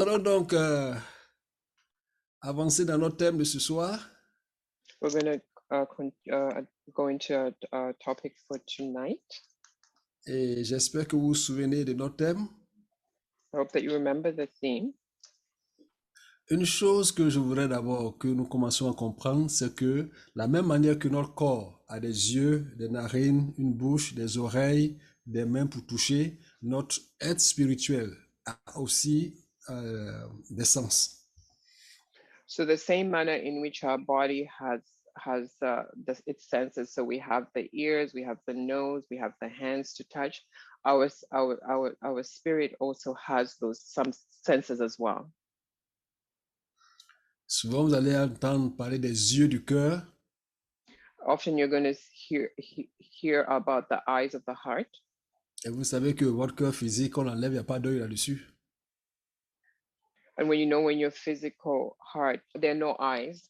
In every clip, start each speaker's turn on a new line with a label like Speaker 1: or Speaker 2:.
Speaker 1: allons donc euh, avancer dans notre thème de ce soir.
Speaker 2: We're gonna uh, con- uh, go into our, our topic for tonight.
Speaker 1: Et j'espère que vous vous souvenez de notre thème.
Speaker 2: I hope that you remember the theme.
Speaker 1: Une chose que je voudrais d'abord que nous commençons à comprendre, c'est que la même manière que notre corps a des yeux, des narines, une bouche, des oreilles, des mains pour toucher, notre être spirituel a aussi euh, des sens.
Speaker 2: So the same manner in which our body has has uh, the, its senses. So we have the ears, we have the nose, we have the hands to touch. Our s- our our our spirit also has those some senses as well.
Speaker 1: Souvent, vous allez entendre parler des yeux du cœur,
Speaker 2: Often you're going to hear he- hear about the eyes of the heart.
Speaker 1: et vous savez que votre cœur physique, on l'enlève, il n'y a pas d'œil là-dessus.
Speaker 2: And when you know when your physical heart, there are no eyes.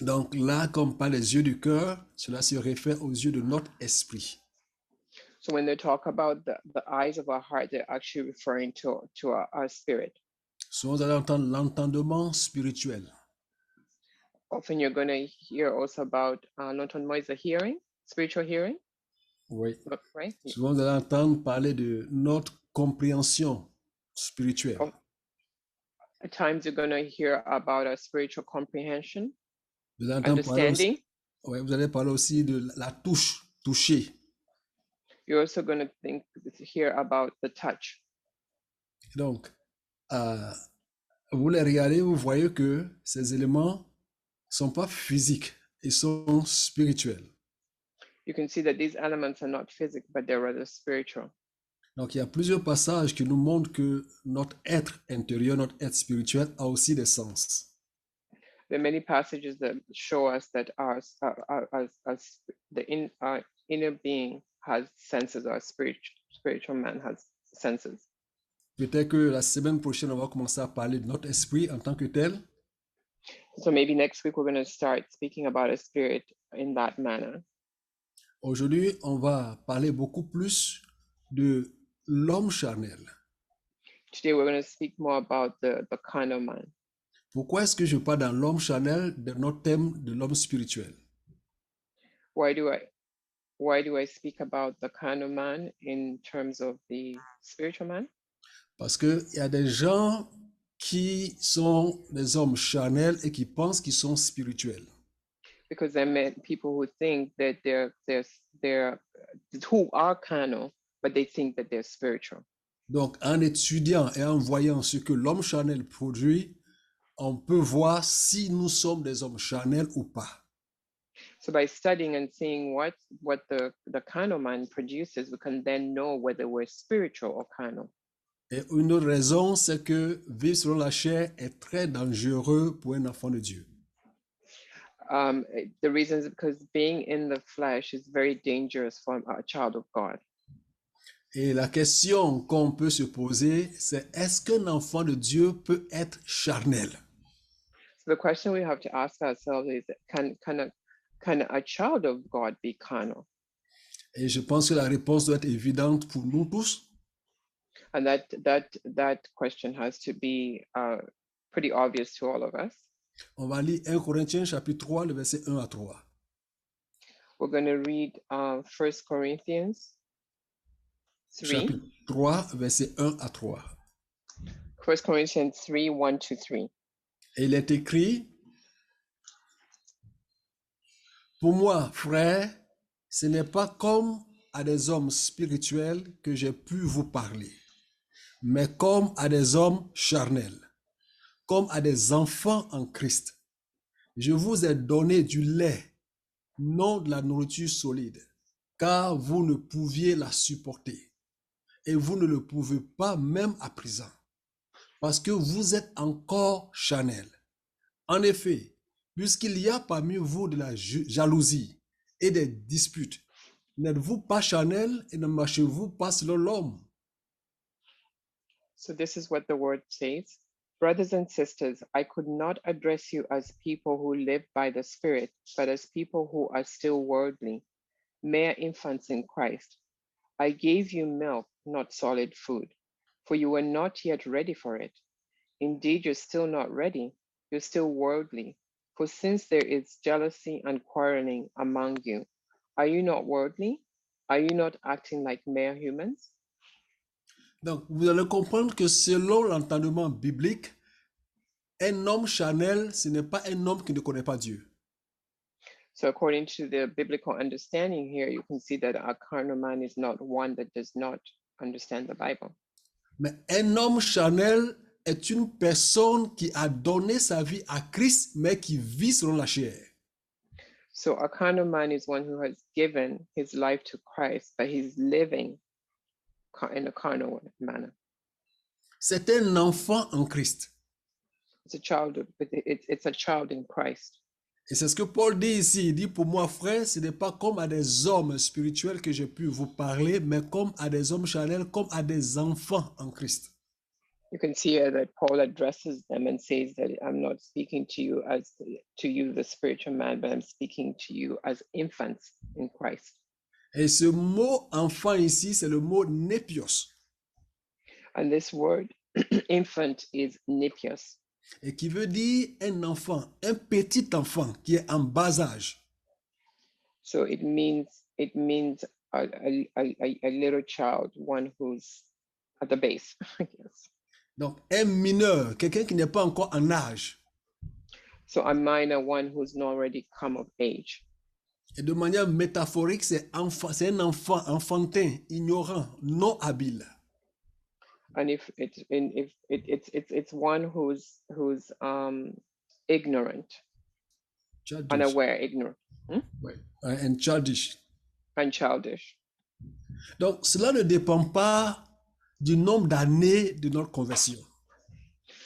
Speaker 1: Donc là, comme on parle des yeux du cœur, cela se réfère aux yeux de notre esprit.
Speaker 2: So when they talk about the, the eyes of our heart, they're actually referring to to our, our spirit.
Speaker 1: Souvent, vous allez entendre l'entendement spirituel.
Speaker 2: Often you're going to hear also about uh, not only the hearing, spiritual hearing,
Speaker 1: Oui.
Speaker 2: not- right?
Speaker 1: Souvent, vous allez entendre parler de notre compréhension spirituelle.
Speaker 2: Com- At times you're going to hear about our spiritual comprehension,
Speaker 1: Vous allez, entendre parler aussi,
Speaker 2: understanding.
Speaker 1: ouais, vous allez parler aussi de la- la touche, toucher.
Speaker 2: You're also going to think hear about the touch.
Speaker 1: Donc, euh, vous les regardez, vous voyez que ces éléments sont pas physiques, ils sont spirituels.
Speaker 2: You can see that these elements are not physical, but they're rather spiritual.
Speaker 1: Donc, il y a plusieurs passages qui nous montrent que notre être intérieur, notre être spirituel a aussi des sens.
Speaker 2: There are many passages that show us that our, s- our, our, our, our sp- the in, our inner being has senses. Our spirit, spiritual man has senses.
Speaker 1: Peut-être que la semaine prochaine, on va commencer à parler de notre esprit en tant que tel.
Speaker 2: So maybe next week we're going to start speaking about a spirit in that manner.
Speaker 1: Aujourd'hui, on va parler beaucoup plus de l'homme charnel.
Speaker 2: Today we're going to speak more about the the carnal man.
Speaker 1: Pourquoi est-ce que je parle dans l'homme charnel de notre thème de l'homme spirituel
Speaker 2: Why do I why do I speak about the carnal man in terms of the spiritual man?
Speaker 1: Parce qu'il y a des gens qui sont des hommes charnels et qui pensent qu'ils sont spirituels.
Speaker 2: Because there are many people who think that they're they're they're who are carnal, but they think that they're spiritual.
Speaker 1: Donc, en étudiant et en voyant ce que l'homme charnel produit, on peut voir si nous sommes des hommes charnels ou pas.
Speaker 2: So by studying and seeing what what the the carnal man produces, we can then know whether we're spiritual or carnal.
Speaker 1: Et une autre raison, c'est que vivre selon la chair est très dangereux pour un enfant de Dieu.
Speaker 2: um, it- the reason is because being in the flesh is very dangerous for a child of God.
Speaker 1: Et la question qu'on peut se poser, c'est est-ce qu'un enfant de Dieu peut être charnel
Speaker 2: So the question we have to ask ourselves is: Can can a can a child of God be carnal?
Speaker 1: Et je pense que la réponse doit être évidente pour nous tous.
Speaker 2: And that that that question has to be uh, pretty obvious to all of us.
Speaker 1: On va lire 1 Corinthiens chapitre 3, le verset 1 à 3.
Speaker 2: We're going to read uh, First Corinthians three,
Speaker 1: Chapitre 3, verset 1 à 3.
Speaker 2: First Corinthians three one to three.
Speaker 1: Et il est écrit, Pour moi, frères, ce n'est pas comme à des hommes spirituels que j'ai pu vous parler, mais comme à des hommes charnels, comme à des enfants en Christ. Je vous ai donné du lait, non de la nourriture solide, car vous ne pouviez la supporter, et vous ne le pouvez pas même à présent parce que vous êtes encore charnel. En effet, puisqu'il y a parmi vous de la ju- jalousie et des disputes, n'êtes-vous pas charnel et ne marchez-vous pas selon l'homme
Speaker 2: So this is what the word says. Brothers and sisters, I could not address you as people who live by the Spirit, but as people who are still worldly, mere infants in Christ. I gave you milk, not solid food, for you were not yet ready for it. Indeed, you're still not ready. You're still worldly. For since there is jealousy and quarreling among you, are you not worldly? Are you not acting like mere humans?
Speaker 1: Donc, vous allez comprendre que selon l'entendement biblique, un homme charnel, ce n'est pas un homme qui ne connaît pas Dieu.
Speaker 2: So, according to the biblical understanding here, you can see that a carnal man is not one that does not understand the Bible.
Speaker 1: Mais un homme charnel est une personne qui a donné sa vie à Christ, mais qui vit selon la chair.
Speaker 2: So, a carnal man is one who has given his life to Christ, but he's living ca- in a carnal manner.
Speaker 1: C'est un enfant en Christ.
Speaker 2: It's a child. Of, it- it, it's a child in Christ.
Speaker 1: Et c'est ce que Paul dit ici. Il dit, pour moi, frère, ce n'est pas comme à des hommes spirituels que j'ai pu vous parler, mais comme à des hommes charnels, comme à des enfants en Christ.
Speaker 2: You can see here that Paul addresses them and says that I'm not speaking to you as to you the spiritual man, but I'm speaking to you as infants in Christ.
Speaker 1: Et ce mot enfant ici, c'est le mot népios,
Speaker 2: And this word infant is nepios,
Speaker 1: et qui veut dire un enfant, un petit enfant qui est en bas âge.
Speaker 2: So it means it means a, a, a, a- a little child, one who's at the base, I guess.
Speaker 1: Donc, un mineur, quelqu'un qui n'est pas encore en âge.
Speaker 2: So a minor, one who's not already come of age.
Speaker 1: Et de manière métaphorique, c'est enfa- c'est un enfant enfantin, ignorant, non habile.
Speaker 2: And if it's in if it, it's it's it's one who's who's um ignorant,
Speaker 1: Childish.
Speaker 2: unaware, ignorant
Speaker 1: Ouais, un childish.
Speaker 2: and childish.
Speaker 1: Donc, cela ne dépend pas du nombre d'années de notre conversion.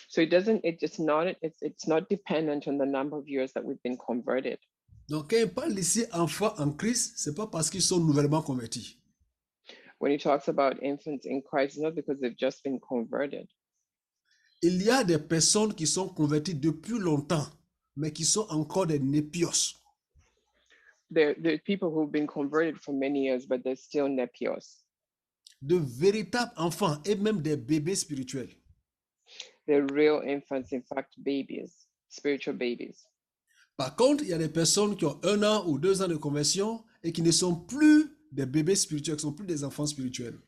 Speaker 2: So it doesn't it, it's not it's it's not dependent on the number of years that we've been converted.
Speaker 1: Donc, quand il parle ici enfants en Christ, c'est pas parce qu'ils sont nouvellement convertis.
Speaker 2: When he talks about infants in Christ, it's not because they've just been converted.
Speaker 1: Il y a des personnes qui sont converties depuis longtemps, mais qui sont encore des népios.
Speaker 2: There, there are people who've been converted for many years, but they're still nepios.
Speaker 1: de véritables enfants et même des bébés spirituels.
Speaker 2: They're real infants, in fact, babies, spiritual babies.
Speaker 1: Par contre, il y a des personnes qui ont un an ou deux ans de conversion et qui ne sont plus des bébés spirituels, qui ne sont plus des enfants spirituels.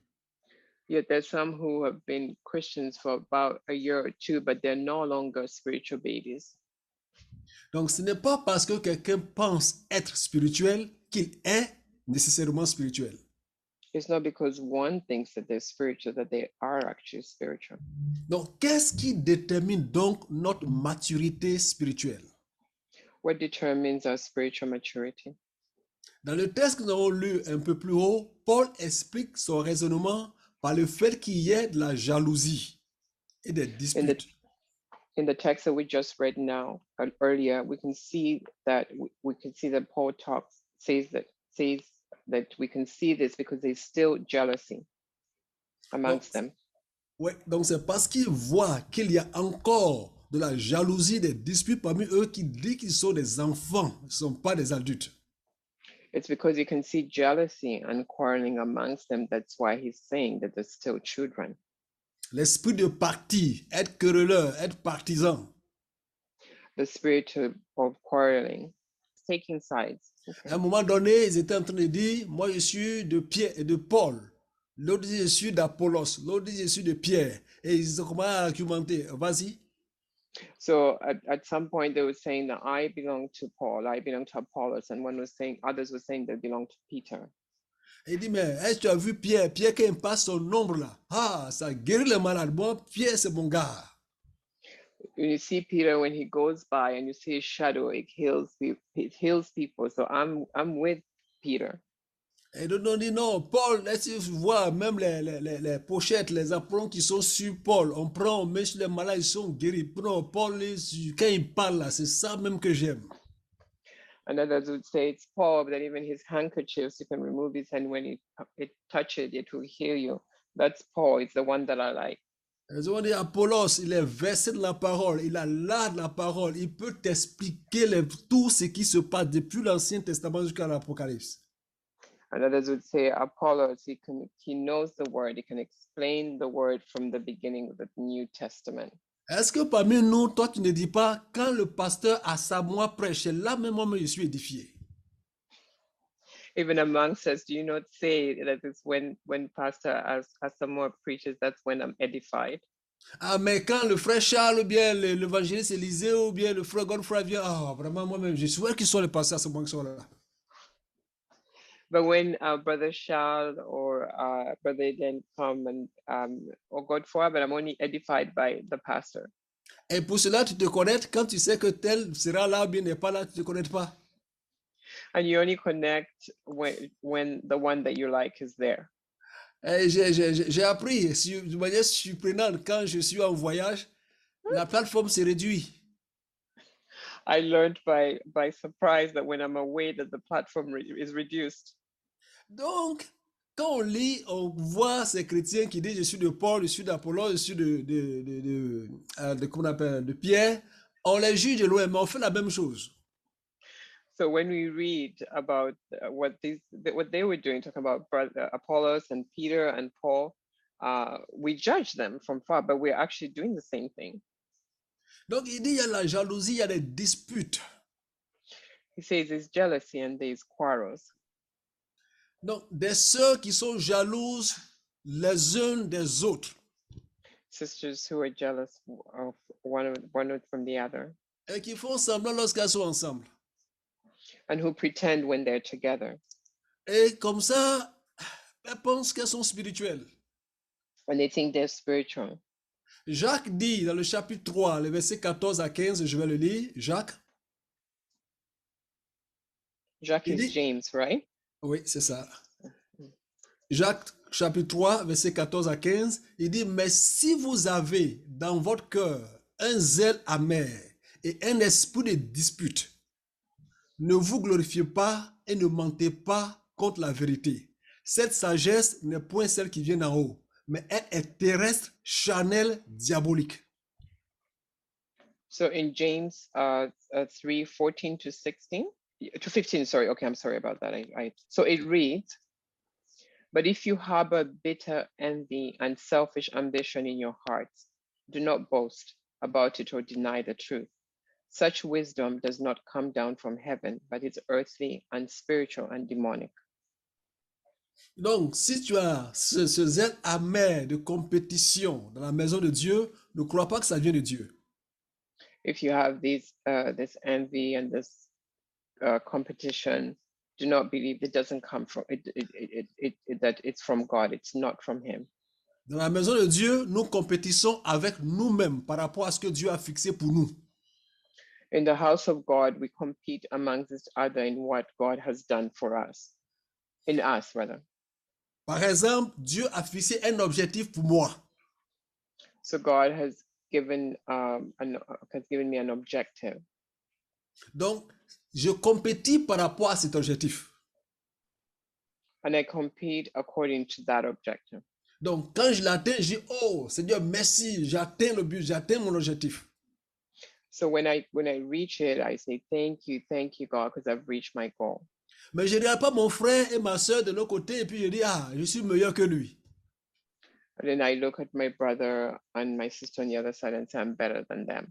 Speaker 2: Yet there's some who have been Christians for about a year or two, but they're no longer spiritual babies.
Speaker 1: Donc, ce n'est pas parce que quelqu'un pense être spirituel qu'il est nécessairement spirituel.
Speaker 2: It's not because one thinks that they're spiritual that they are actually spiritual.
Speaker 1: Donc, qu'est-ce qui détermine donc notre maturité spirituelle
Speaker 2: What determines our spiritual maturity?
Speaker 1: Dans le texte que nous avons lu un peu plus haut, Paul explique son raisonnement par le fait qu'il y ait de la jalousie et des disputes.
Speaker 2: In the text that we just read now uh, earlier, we can see that we, we can see that Paul talks says that says that we can see this because there's still jealousy amongst them.
Speaker 1: Ouais, donc c'est parce qu'ils voient qu'il y a encore de la jalousie, des disputes parmi eux qui disent qu'ils sont des enfants, ils ne sont pas des adultes.
Speaker 2: It's because you can see jealousy and quarreling amongst them. That's why he's saying that they're still children.
Speaker 1: L'esprit de parti, être querelleur, être partisan,
Speaker 2: The spirit of, of quarreling, taking sides.
Speaker 1: À un moment donné, ils étaient en train de dire, moi je suis de Pierre et de Paul. L'autre dit, je suis d'Apollos. L'autre dit, je suis de Pierre. Et ils ont commencé à argumenter. Vas-y.
Speaker 2: So at, at some point, they were saying that I belong to Paul, I belong to Apollos. And one was saying, others were saying they belong to Peter.
Speaker 1: Et il dit, mais est-ce que tu as vu Pierre? Pierre, quand il passe son ombre là, ah, ça guérit les malades. Moi, Pierre, c'est mon gars.
Speaker 2: When you see Peter when he goes by and you see his shadow, it heals, pe- it heals people. So I'm, I'm with Peter.
Speaker 1: Et donc, on dit, non, Paul, laisse voir même les, les, les, les pochettes, les aprons qui sont sur Paul. On prend, on met sur les malades, ils sont guéris. Prends, Paul, il- quand il parle là, c'est ça même que j'aime.
Speaker 2: and others would say it's Paul, but even his handkerchiefs, you can remove his hand when it, it touches it, it will heal you. That's Paul, it's the one that I like.
Speaker 1: Ils ont dit Apollos, il est versé de la parole, il a l'art de la parole, il peut t'expliquer les- tout ce qui se passe depuis l'Ancien Testament jusqu'à l'Apocalypse.
Speaker 2: And others would say Apollos, he can he knows the word, he can explain the word from the beginning of the New Testament.
Speaker 1: Est-ce que parmi nous, toi, tu ne dis pas, quand le pasteur à Samoa prêche, là même moi, je suis édifié.
Speaker 2: Even amongst us, do you not say that it's when when Pastor as Asamoah preaches, that's when I'm edified?
Speaker 1: Ah, mais quand le frère Charles, ou bien le- l'évangéliste Élisée, ou bien le frère Godfrey vient, ah, vraiment, moi-même, je souhaite qu'ils soient les pasteurs à Samoa qui sont là.
Speaker 2: But when uh, Brother Charles or uh, Brother Eden come and um, or God for, but I'm only edified by the pastor.
Speaker 1: Et pour cela, tu te connectes quand tu sais que tel sera là ou bien n'est pas là, tu ne te connectes pas.
Speaker 2: And you only connect when when the one that you like is there.
Speaker 1: Et Eh, J'ai j'ai- j'ai- j'ai appris sur- de manière surprenante quand je suis en voyage, la plateforme se réduit.
Speaker 2: I learned by by surprise that when I'm away, that the platform re- is reduced.
Speaker 1: Donc, quand on lit, on voit ces chrétiens qui disent je suis de Paul, je suis d'Apollon, je suis de, de, de, de- euh, de- comment on appelle, de Pierre, on les juge de loin, mais on fait la même chose.
Speaker 2: So when we read about uh, what these th- what they were doing, talking about brother Apollos and Peter and Paul, uh, we judge them from far, but we're actually doing the same thing.
Speaker 1: Donc, il dit il y a la jalousie, il y a des disputes.
Speaker 2: He says there's jealousy and there's quarrels.
Speaker 1: Donc, des sœurs qui sont jalouses les unes des autres
Speaker 2: sisters who are jealous w- of one of one of- from the other
Speaker 1: et qui font semblant lorsqu'elles sont ensemble.
Speaker 2: and who pretend when they're together
Speaker 1: Et comme ça, elles pensent qu'elles sont spirituelles.
Speaker 2: and they think they're spiritual
Speaker 1: Jacques dit dans le chapitre 3, les versets 14 à 15, je vais le lire. Jacques,
Speaker 2: jacques
Speaker 1: Is
Speaker 2: is
Speaker 1: it-
Speaker 2: james right
Speaker 1: oui, c'est ça. Jacques chapitre 3, verset 14 à 15, il dit, mais si vous avez dans votre cœur un zèle amer et un esprit de dispute, ne vous glorifiez pas et ne mentez pas contre la vérité. Cette sagesse n'est point celle qui vient d'en haut, mais elle est terrestre, charnelle, diabolique.
Speaker 2: so in james uh, uh 3 14 to 16 y- to 15 sorry okay i'm sorry about that I, I so it reads but if you harbor bitter envy and selfish ambition in your hearts do not boast about it or deny the truth such wisdom does not come down from heaven but is earthly and spiritual and demonic
Speaker 1: Donc, si tu as ce, ce zèle amer de compétition dans la maison de Dieu, ne crois pas que ça vient de Dieu.
Speaker 2: if you have these uh, this envy and this uh, competition do not believe it doesn't come from it, it, it, it, it, it that it's from god it's not from him
Speaker 1: Dans la maison de Dieu, nous compétissons avec nous-mêmes par rapport à ce que Dieu a fixé pour nous.
Speaker 2: in the house of god we compete amongst each other in what god has done for us in us rather
Speaker 1: Par exemple, Dieu a fixé un objectif pour moi.
Speaker 2: so god has given um an, has given me an objective
Speaker 1: Donc, je compétis par rapport à cet objectif.
Speaker 2: and i compete according to that objective
Speaker 1: Donc, quand je l'atteins, je dis, oh, Seigneur, merci, j'atteins le but, j'atteins mon objectif.
Speaker 2: so when i when i reach it i say thank you thank you god because i've reached my goal
Speaker 1: Mais je ne regarde pas mon frère et ma soeur de l'autre côté et puis je dis, ah, je suis meilleur que lui.
Speaker 2: And then I look at my brother and my sister on the other side and say, I'm better than them.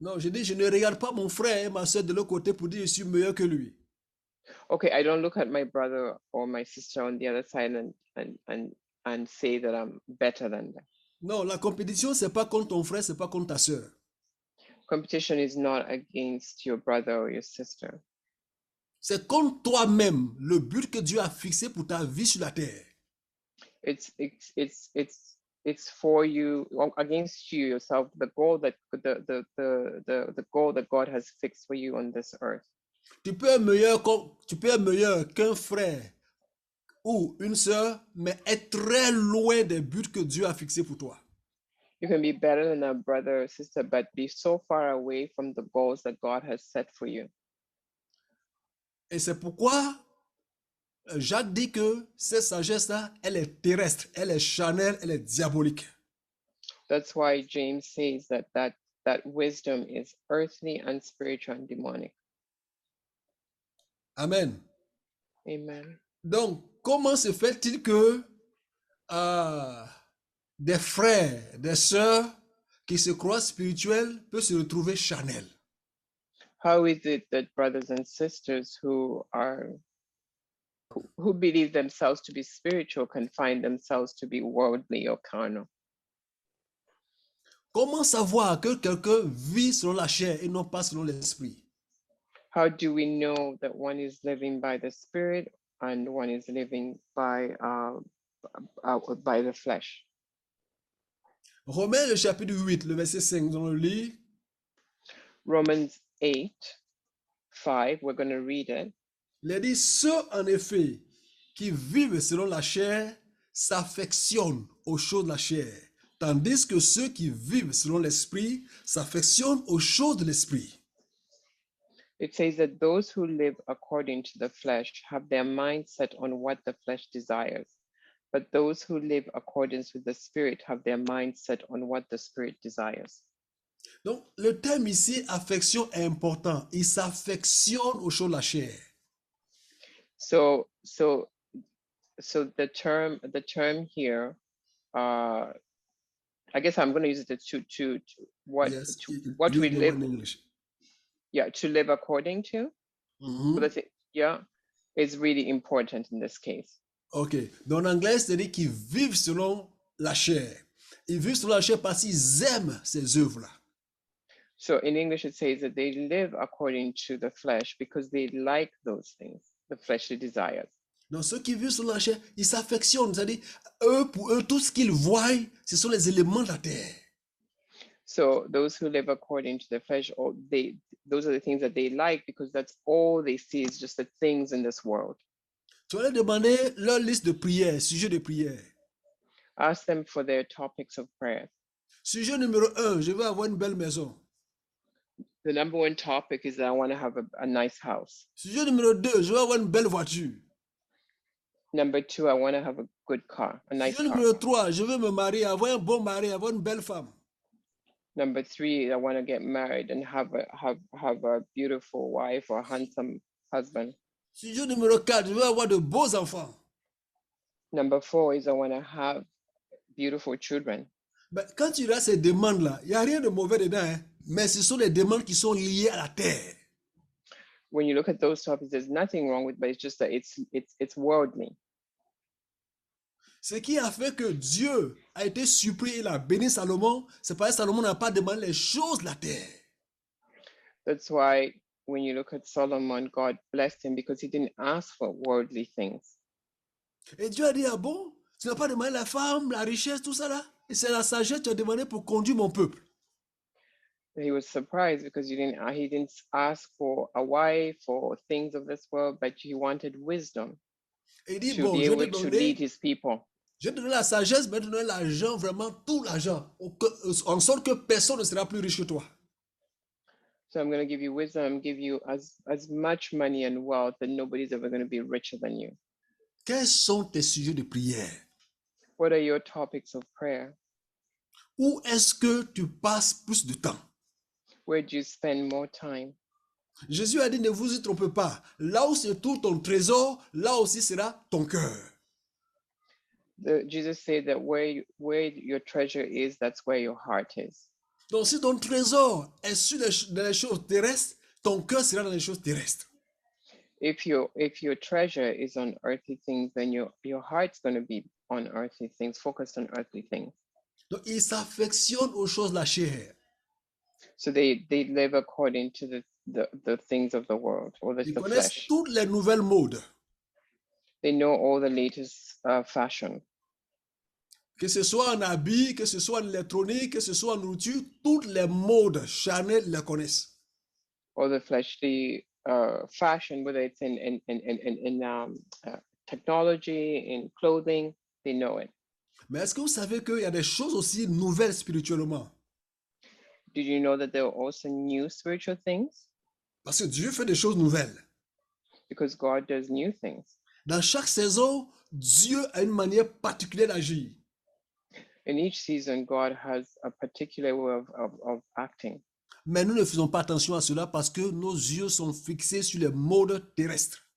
Speaker 1: Non, je dis, je ne regarde pas mon frère et ma soeur de l'autre côté pour dire, je suis meilleur que lui.
Speaker 2: Okay, I don't look at my brother or my sister on the other side and and and and say that I'm better than them.
Speaker 1: Non, la compétition, c'est pas contre ton frère, c'est pas contre ta soeur.
Speaker 2: Competition is not against your brother or your sister.
Speaker 1: C'est contre toi-même, le but que Dieu a fixé pour ta vie sur la terre.
Speaker 2: It's it's it's it's it's for you or against you yourself the goal that the the the the, the goal that God has fixed for you on this earth.
Speaker 1: Tu peux être meilleur qu'on- tu peux être meilleur qu'un frère ou une sœur, mais être très loin des buts que Dieu a fixés pour toi.
Speaker 2: You can be better than a brother or sister, but be so far away from the goals that God has set for you.
Speaker 1: Et c'est pourquoi euh, Jacques dit que cette sagesse-là, elle est terrestre, elle est charnelle, elle est diabolique.
Speaker 2: That's why James says that that that wisdom is earthly and spiritual and demonic.
Speaker 1: Amen.
Speaker 2: Amen.
Speaker 1: Donc, comment se fait-il que euh, des frères, des sœurs qui se croit spirituel peut se retrouver charnel.
Speaker 2: How is it that brothers and sisters who are who- who believe themselves to be spiritual can find themselves to be worldly or carnal?
Speaker 1: Comment savoir que quelqu'un vit selon la chair et non pas selon l'esprit
Speaker 2: How do we know that one is living by the spirit and one is living by uh, uh, by the flesh?
Speaker 1: Romains le chapitre 8, le verset 5, on le lit.
Speaker 2: Romans 8, 5, we're going to read it.
Speaker 1: Il est dit, ceux en effet qui vivent selon la chair s'affectionnent aux choses de la chair, tandis que ceux qui vivent selon l'esprit s'affectionnent aux choses de l'esprit.
Speaker 2: It says that those who live according to the flesh have their mind set on what the flesh desires, but those who live accordance with the spirit have their mind set on what the spirit desires.
Speaker 1: Donc, le thème ici, affection, est important. Ils s'affectionnent aux choses de la chair.
Speaker 2: So, so, so the term, the term here, uh, I guess I'm going to use it to, to, to what,
Speaker 1: Yes,
Speaker 2: to,
Speaker 1: you-
Speaker 2: what
Speaker 1: you
Speaker 2: we
Speaker 1: know
Speaker 2: live,
Speaker 1: in English.
Speaker 2: yeah, to live according to.
Speaker 1: Mhm.
Speaker 2: So that's it. Yeah, is really important in this case.
Speaker 1: Ok. Donc, en anglais, c'est-à-dire qu'ils vivent selon la chair. Ils vivent selon la chair parce qu'ils aiment ces œuvres-là.
Speaker 2: So in English, it says that they live according to the flesh because they like those things, the fleshly desires.
Speaker 1: Donc, ceux qui vivent selon la chair, ils s'affectionnent. C'est-à-dire, eux, pour eux, tout ce qu'ils voient, ce sont les éléments de la terre.
Speaker 2: So those who live according to the flesh, all they those are the things that they like because that's all they see is just the things in this world.
Speaker 1: Tu vas leur demander leur liste de prières, sujet de prière.
Speaker 2: Ask them for their topics of prayer.
Speaker 1: Sujet numéro un, je veux avoir une belle maison.
Speaker 2: The number one topic is that I want to have a, a nice house.
Speaker 1: Sujet numéro deux, je veux avoir une belle voiture.
Speaker 2: Number two, I want to have a good car, a nice
Speaker 1: Sujet
Speaker 2: car.
Speaker 1: numéro trois, je veux me marier, avoir un bon mari, avoir une belle femme.
Speaker 2: Number three, I want to get married and have a have have a beautiful wife or handsome husband.
Speaker 1: Sujet numéro quatre, je veux avoir de beaux enfants.
Speaker 2: Number four is I want to have beautiful children.
Speaker 1: Ben, quand tu as ces demandes-là, il n'y a rien de mauvais dedans, hein, mais ce sont les demandes qui sont liées à la terre.
Speaker 2: When you look at those topics, there's nothing wrong with, but it's just that it's it's it's worldly.
Speaker 1: Ce qui a fait que Dieu a été surpris, il a béni Salomon, c'est parce que Salomon n'a pas demandé les choses de la terre.
Speaker 2: That's why when you look at Solomon, God blessed him because he didn't ask for worldly things.
Speaker 1: Et Dieu a dit, ah bon, tu n'as pas demandé la femme, la richesse, tout ça là Et c'est la sagesse que tu as demandé pour conduire mon peuple.
Speaker 2: He was surprised because you didn't uh, he didn't ask for a wife or things of this world, but he wanted wisdom
Speaker 1: Et il dit,
Speaker 2: to
Speaker 1: bon,
Speaker 2: be
Speaker 1: je vais te
Speaker 2: able to lead
Speaker 1: donner,
Speaker 2: his people.
Speaker 1: je vais te donner la sagesse, mais je vais te donner l'argent, vraiment tout l'argent, au- que- euh, en sorte que personne ne sera plus riche que toi.
Speaker 2: So I'm going to give you wisdom, give you as as much money and wealth that nobody's ever going to be richer than you.
Speaker 1: Quels sont tes sujets de prière
Speaker 2: What are your topics of prayer?
Speaker 1: Où est-ce que tu passes plus de temps
Speaker 2: Where do you spend more time?
Speaker 1: Jésus a dit, ne vous y trompez pas. Là où se trouve ton trésor, là aussi sera ton cœur.
Speaker 2: The, Jesus said that where you, where your treasure is, that's where your heart is.
Speaker 1: Donc si ton trésor est sur les, ch- dans les choses terrestres, ton cœur sera dans les choses terrestres.
Speaker 2: If your if your treasure is on earthly things, then your your heart's going to be on earthly things, focused on earthly things.
Speaker 1: Donc il s'affectionne aux choses de la chair.
Speaker 2: So they they live according to the the, the things of the world or the,
Speaker 1: Ils
Speaker 2: the
Speaker 1: connaissent
Speaker 2: flesh.
Speaker 1: toutes les nouvelles modes,
Speaker 2: They know all the latest uh, fashion,
Speaker 1: que ce soit en habits, que ce soit en électronique, que ce soit en nourriture, toutes les modes Chanel les connaissent.
Speaker 2: all the fleshly uh, fashion, whether it's in in in in, in, in um, uh, technology, in clothing. They know it.
Speaker 1: Mais est-ce que vous savez qu'il y a des choses aussi nouvelles spirituellement
Speaker 2: Did you know that there are also new spiritual things?
Speaker 1: Parce que Dieu fait des choses nouvelles.
Speaker 2: Because God does new things.
Speaker 1: Dans chaque saison, Dieu a une manière particulière d'agir.
Speaker 2: In each season, God has a particular way of, of, of acting.
Speaker 1: Mais nous ne faisons pas attention à cela parce que nos yeux sont fixés sur les modes terrestres.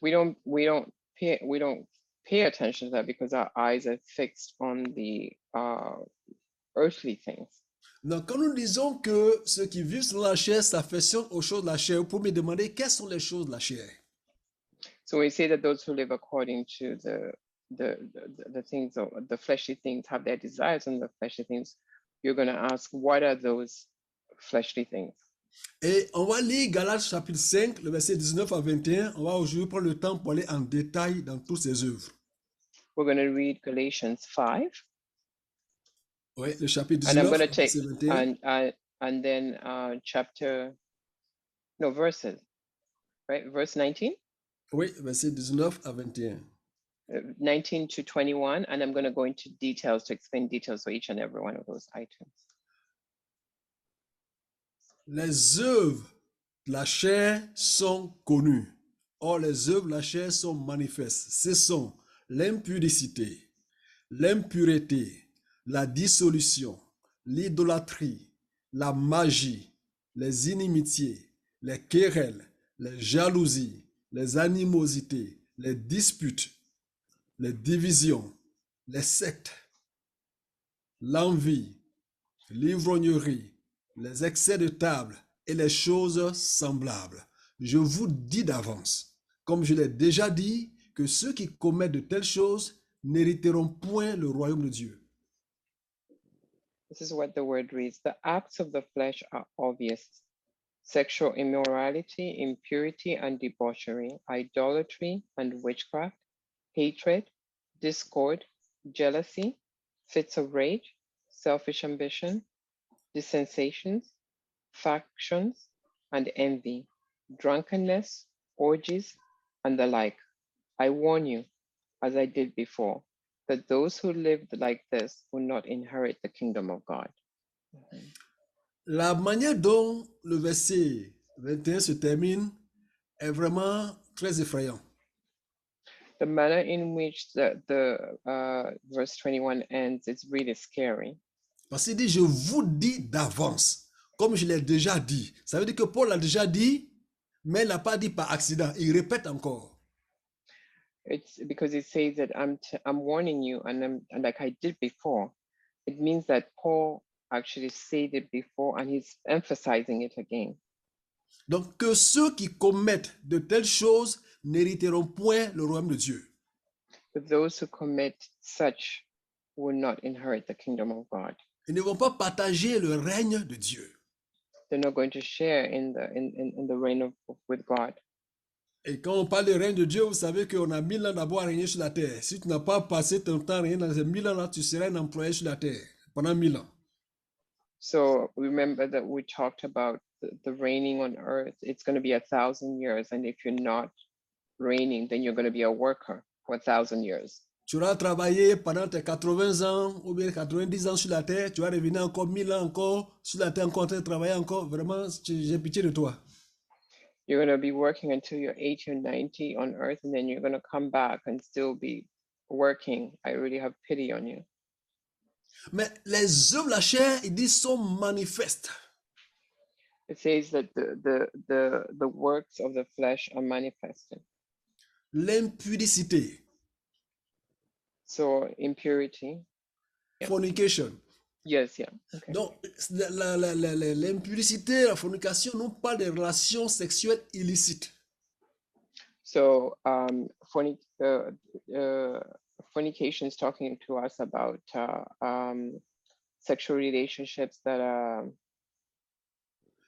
Speaker 2: We don't we don't pay we don't pay attention to that because our eyes are fixed on the uh earthly things.
Speaker 1: Donc, quand nous disons que ceux qui vivent selon la chair s'affectionnent aux choses de la chair, vous pouvez me demander quelles sont les choses de la chair.
Speaker 2: So we say that those who live according to the the the, the things of the fleshly things have their desires and the fleshly things. You're going to ask, what are those fleshly things?
Speaker 1: Et on va lire Galates chapitre 5, le verset 19 à 21. On va aujourd'hui prendre le temps pour aller en détail dans toutes ces œuvres.
Speaker 2: We're going to read Galatians five,
Speaker 1: Oui, le chapitre
Speaker 2: And I'm
Speaker 1: 19,
Speaker 2: gonna
Speaker 1: le
Speaker 2: take
Speaker 1: verset 21.
Speaker 2: and uh, and then uh, chapter, no verses, right? Verse nineteen.
Speaker 1: Oui, verset 19 à 21.
Speaker 2: 19 Uh, to 21, and I'm going to go into details to explain details for each and every one of those items.
Speaker 1: Les œuvres de la chair sont connues. Or, les œuvres de la chair sont manifestes. Ce sont l'impudicité, l'impureté, la dissolution, l'idolâtrie, la magie, les inimitiés, les querelles, les jalousies, les animosités, les disputes, les divisions, les sectes, l'envie, l'ivrognerie, les excès de table et les choses semblables. Je vous dis d'avance, comme je l'ai déjà dit, que ceux qui commettent de telles choses n'hériteront point le royaume de Dieu.
Speaker 2: This is what the word reads The acts of the flesh are obvious sexual immorality, impurity and debauchery, idolatry and witchcraft, hatred, discord, jealousy, fits of rage, selfish ambition, dissensations, factions, and envy, drunkenness, orgies, and the like. I warn you, as I did before, that those who lived like this will not inherit the kingdom of God.
Speaker 1: La manière dont le verset 21 se termine est vraiment très effrayant.
Speaker 2: The manner in which the, the uh, verse 21 ends is really scary
Speaker 1: Parce qu'il dit, je vous dis d'avance, comme je l'ai déjà dit. Ça veut dire que Paul l'a déjà dit, mais il n'a pas dit par accident. Il répète encore.
Speaker 2: it's because it says that I'm t- I'm warning you, and I'm and like I did before. It means that Paul actually said it before, and he's emphasizing it again.
Speaker 1: Donc que ceux qui commettent de telles choses n'hériteront point le royaume de Dieu.
Speaker 2: But those who commit such will not inherit the kingdom of God.
Speaker 1: Ils ne vont pas partager le règne de Dieu.
Speaker 2: They're not going to share in the in, in, in the reign of of- with God.
Speaker 1: Et quand on parle du règne de Dieu, vous savez qu'on a mille ans d'abord à régner sur la terre. Si tu n'as pas passé ton temps à régner dans ces mille ans-là, tu seras un employé sur la terre pendant mille ans.
Speaker 2: So remember that we talked about the, the reigning on earth. It's going to be a thousand years, and if you're not reigning, then you're going to be a worker for a thousand years.
Speaker 1: Tu auras travaillé pendant tes 80 ans ou bien 90 ans sur la terre, tu vas revenir encore mille ans encore sur la terre, encore en train de travailler encore. Vraiment, tu- j'ai pitié de toi.
Speaker 2: You're going to be working until you're 80 or 90 on earth, and then you're going to come back and still be working. I really have pity on you.
Speaker 1: Mais les œuvres de la chair, il dit, sont manifestes.
Speaker 2: It says that the the the, the works of the flesh are manifested.
Speaker 1: L'impudicité,
Speaker 2: So impurity.
Speaker 1: fornication.
Speaker 2: Yes, yeah. Okay.
Speaker 1: Donc, la- la- la- la- la- l'impudicité, la fornication, non pas des relations sexuelles illicites.
Speaker 2: So um, fornic- uh, uh, fornication is talking to us about uh, um, sexual relationships that um, are.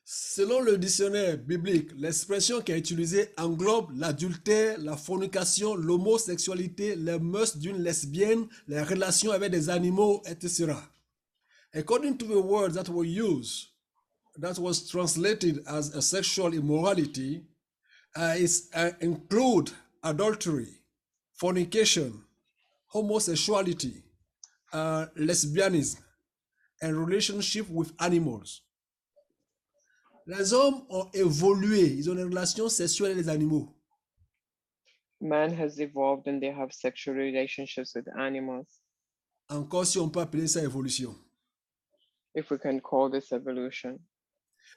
Speaker 1: Selon le dictionnaire biblique, l'expression qui est utilisée englobe l'adultère, la fornication, l'homosexualité, les mœurs d'une lesbienne, les relations avec des animaux, etc. According to the words that were used, that was translated as a sexual immorality, uh, is, uh, include adultery, fornication, homosexuality, uh, lesbianism, and relationship with animals. Les hommes ont évolué, ils ont des relations sexuelles avec les animaux.
Speaker 2: Man has evolved and they have sexual relationships with animals.
Speaker 1: Encore si on peut appeler ça évolution.
Speaker 2: If we can call this evolution,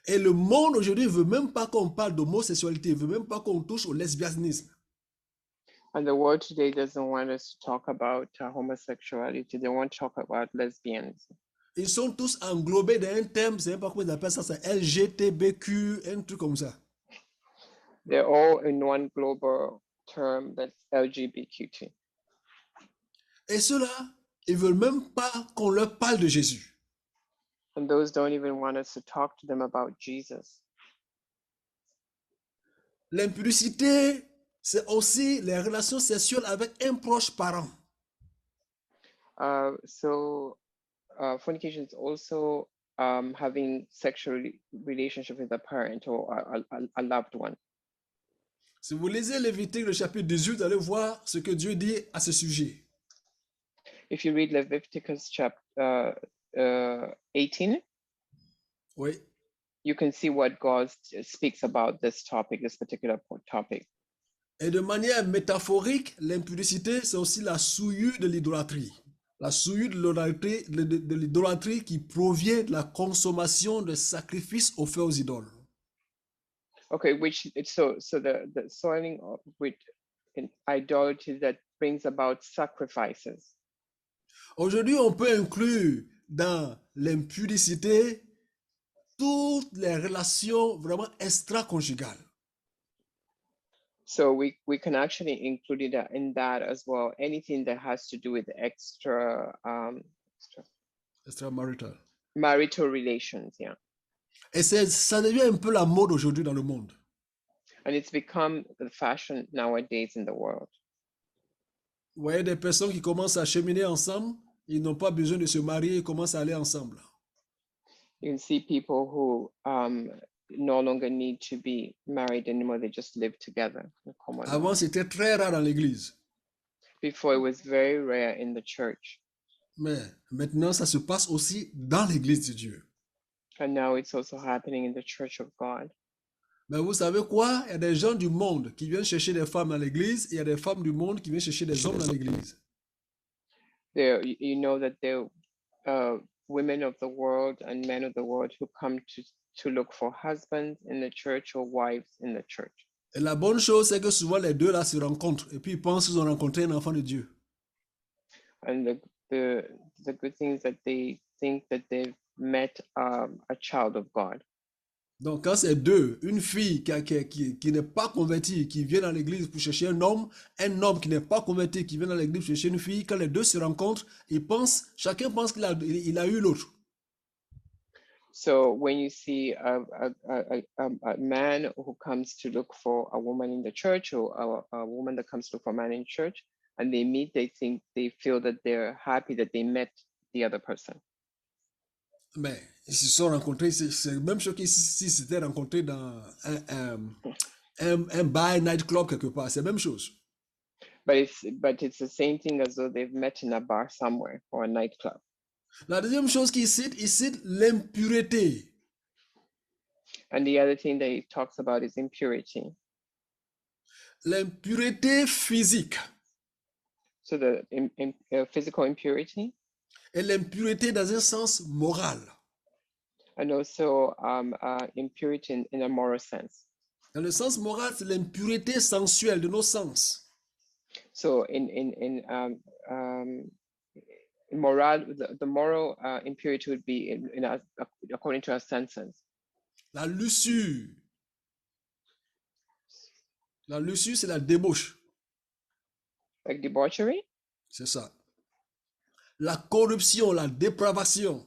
Speaker 1: Et le monde aujourd'hui veut même pas qu'on parle d'homosexualité, veut même pas qu'on touche au lesbianisme.
Speaker 2: and the world today doesn't want us to talk about uh, homosexuality, they want to talk about lesbians.
Speaker 1: Ils sont tous englobés dans un thème, c'est pas comment ils appellent ça, c'est LGTBQ, un truc comme ça.
Speaker 2: They're all in one global term that's LGBTQ.
Speaker 1: Et ceux-là, ils veulent même pas qu'on leur parle de Jésus.
Speaker 2: And those don't even want us to talk to them about Jesus.
Speaker 1: L'impudicité, c'est aussi les relations sexuelles avec un proche parent.
Speaker 2: Uh, so uh, fornication is also um, having sexual re- relationship with a parent or a, a, a loved one.
Speaker 1: Si vous lisez Lévitique, le chapitre 18, vous allez voir ce que Dieu dit à ce sujet.
Speaker 2: If you read Leviticus chapter uh, uh, 18,
Speaker 1: Oui.
Speaker 2: you can see what God s- speaks about this topic, this particular po- topic.
Speaker 1: Et de manière métaphorique, l'impudicité, c'est aussi la souillure de l'idolâtrie. La souillure de l'idolâtrie- de- de- de l'idolâtrie qui provient de la consommation de sacrifices offerts aux idoles.
Speaker 2: Okay, which it's so so the the soiling of with an idolatry that brings about sacrifices.
Speaker 1: Aujourd'hui, on peut inclure dans l'impudicité toutes les relations vraiment extra-conjugales.
Speaker 2: So we we can actually include it uh, in that as well. Anything that has to do with extra um, extra
Speaker 1: Extra-marital.
Speaker 2: marital relations, yeah.
Speaker 1: Et c'est- ça devient un peu la mode aujourd'hui dans le monde.
Speaker 2: And it's become the fashion nowadays in the world.
Speaker 1: Vous voyez des personnes qui commencent à cheminer ensemble, ils n'ont pas besoin de se marier, ils commencent à aller ensemble.
Speaker 2: You can see people who um, no longer need to be married anymore; they just live together. in common.
Speaker 1: Avant, c'était très rare dans l'église.
Speaker 2: Before, it was very rare in the church,
Speaker 1: Mais maintenant, ça se passe aussi dans l'église de Dieu.
Speaker 2: and now it's also happening in the Church of God.
Speaker 1: Mais vous savez quoi? Il y a des gens du monde qui viennent chercher des femmes dans l'église, et il y a des femmes du monde qui viennent chercher des hommes dans l'église.
Speaker 2: there y- you know that there uh women of the world and men of the world who come to to look for husbands in the church or wives in the church
Speaker 1: Et la bonne chose, c'est que souvent les deux là se rencontrent et puis ils pensent qu'ils ont rencontré un enfant de Dieu.
Speaker 2: and the the, the good thing is that they think that they've met um, a child of god
Speaker 1: Donc quand c'est deux, une fille qui, a- qui- qui- qui n'est pas convertie, qui vient dans l'église pour chercher un homme, un homme qui n'est pas converti, qui vient dans l'église pour chercher une fille, quand les deux se rencontrent, ils pensent, chacun pense qu'il a, il il a eu l'autre.
Speaker 2: so when you see a, a, a, a, um, a man who comes to look for a woman in the church or a, a woman that comes to look for a man in church and they meet they think they feel that they're happy that they met the other person
Speaker 1: Mais ils se sont rencontrés, c'est c'est la même chose que si- s'ils s'étaient rencontrés dans un, un, un, un bar, un nightclub quelque part, c'est la même chose.
Speaker 2: But it's but it's the same thing as though they've met in a bar somewhere or a nightclub.
Speaker 1: La deuxième chose qu'il cite, il cite l'impureté.
Speaker 2: And the other thing that he talks about is impurity.
Speaker 1: L'impureté physique
Speaker 2: So the im- im- uh, physical impurity
Speaker 1: et l'impureté dans un sens moral.
Speaker 2: and also um, uh, impurity in, in a moral sense.
Speaker 1: Dans le sens moral, c'est l'impureté sensuelle de nos sens.
Speaker 2: So in in in um, um, moral the, the moral uh, impurity would be in, in our, ac- according to our senses.
Speaker 1: La lussure. La lussure, c'est la débauche.
Speaker 2: Like debauchery,
Speaker 1: C'est ça. La corruption, la dépravation.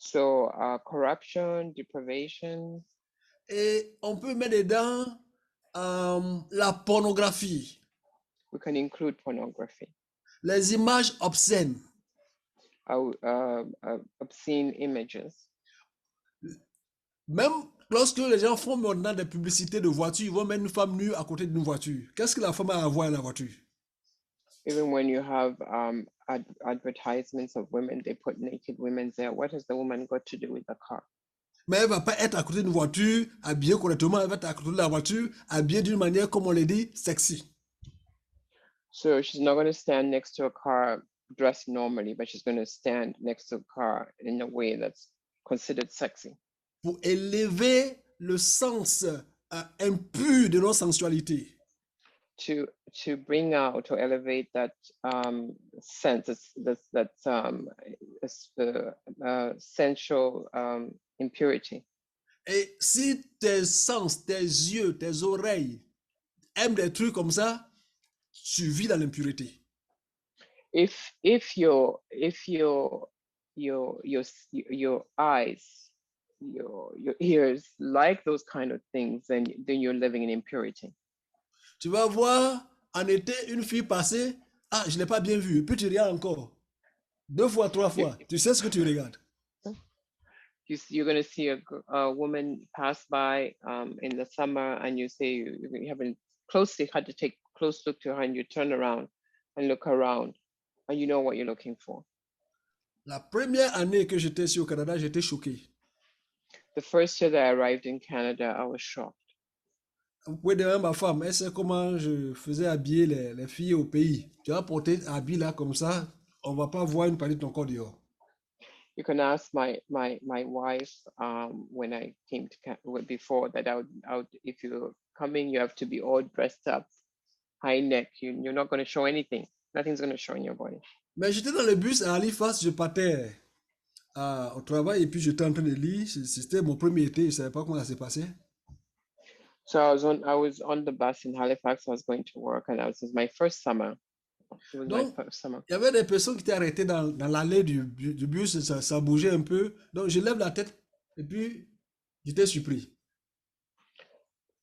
Speaker 2: so uh, corruption, deprivation,
Speaker 1: Et on peut mettre dedans euh, la pornographie,
Speaker 2: we can include pornography,
Speaker 1: les images obscènes,
Speaker 2: our, uh, uh, obscene images.
Speaker 1: Même lorsque les gens font maintenant des publicités de voitures, ils vont mettre une femme nue à côté d'une voiture. Qu'est-ce que la femme a à voir à la voiture
Speaker 2: even when you have um ad- advertisements of women they put naked women there what has the woman got to do with the car
Speaker 1: Mais elle va pas être à côté d'une voiture, habillée correctement, elle va être à côté de la voiture, habillée d'une manière, comme on le dit, sexy.
Speaker 2: so she's not going to stand next to a car dressed normally but she's going to stand next to a car in a way that's considered sexy
Speaker 1: Pour élever le sens euh, impur de nos sensualités.
Speaker 2: to to bring out or elevate that um, sense it's- that that um, it's the, uh, sensual um, impurity.
Speaker 1: Et si tes sens, tes yeux, tes oreilles aiment des trucs comme ça, tu vis dans l'impureté.
Speaker 2: If if your if your your your s- your eyes your your ears like those kind of things, then then you're living in impurity.
Speaker 1: Tu vas voir en été une fille passer, ah, je ne l'ai pas bien vue, puis tu regardes encore. Deux fois, trois fois, tu sais ce que tu regardes.
Speaker 2: You s- you're gonna see a, gr- a woman pass by um, in the summer, and you say you, you haven't closely had to take close look to her, and you turn around and look around, and you know what you're looking for.
Speaker 1: La première année que j'étais ici au Canada, j'étais choqué.
Speaker 2: The first year that I arrived in Canada, I was shocked.
Speaker 1: Vous pouvez demander à ma femme, elle sait comment je faisais habiller les, les filles au pays. Tu vas porter un habit là comme ça, on va pas voir une partie de ton corps dehors.
Speaker 2: You can ask my my my wife um, when I came to Ca- w- before that. I would, I would if you're coming, you have to be all dressed up, high neck. You, you're not going to show anything. Nothing's going to show in your body.
Speaker 1: Mais j'étais dans le bus à Halifax, je partais à- au travail et puis j'étais en train de lire. C- C'était mon premier été, je ne savais pas comment ça s'est passé.
Speaker 2: So I was on I was on the bus in Halifax. I was going to work, and that was my first summer. It was my
Speaker 1: No.
Speaker 2: first summer.
Speaker 1: Il y avait des personnes qui étaient arrêtées dans, dans l'allée du, bu- du bus, ça, ça bougeait un peu. Donc je lève la tête et puis j'étais surpris.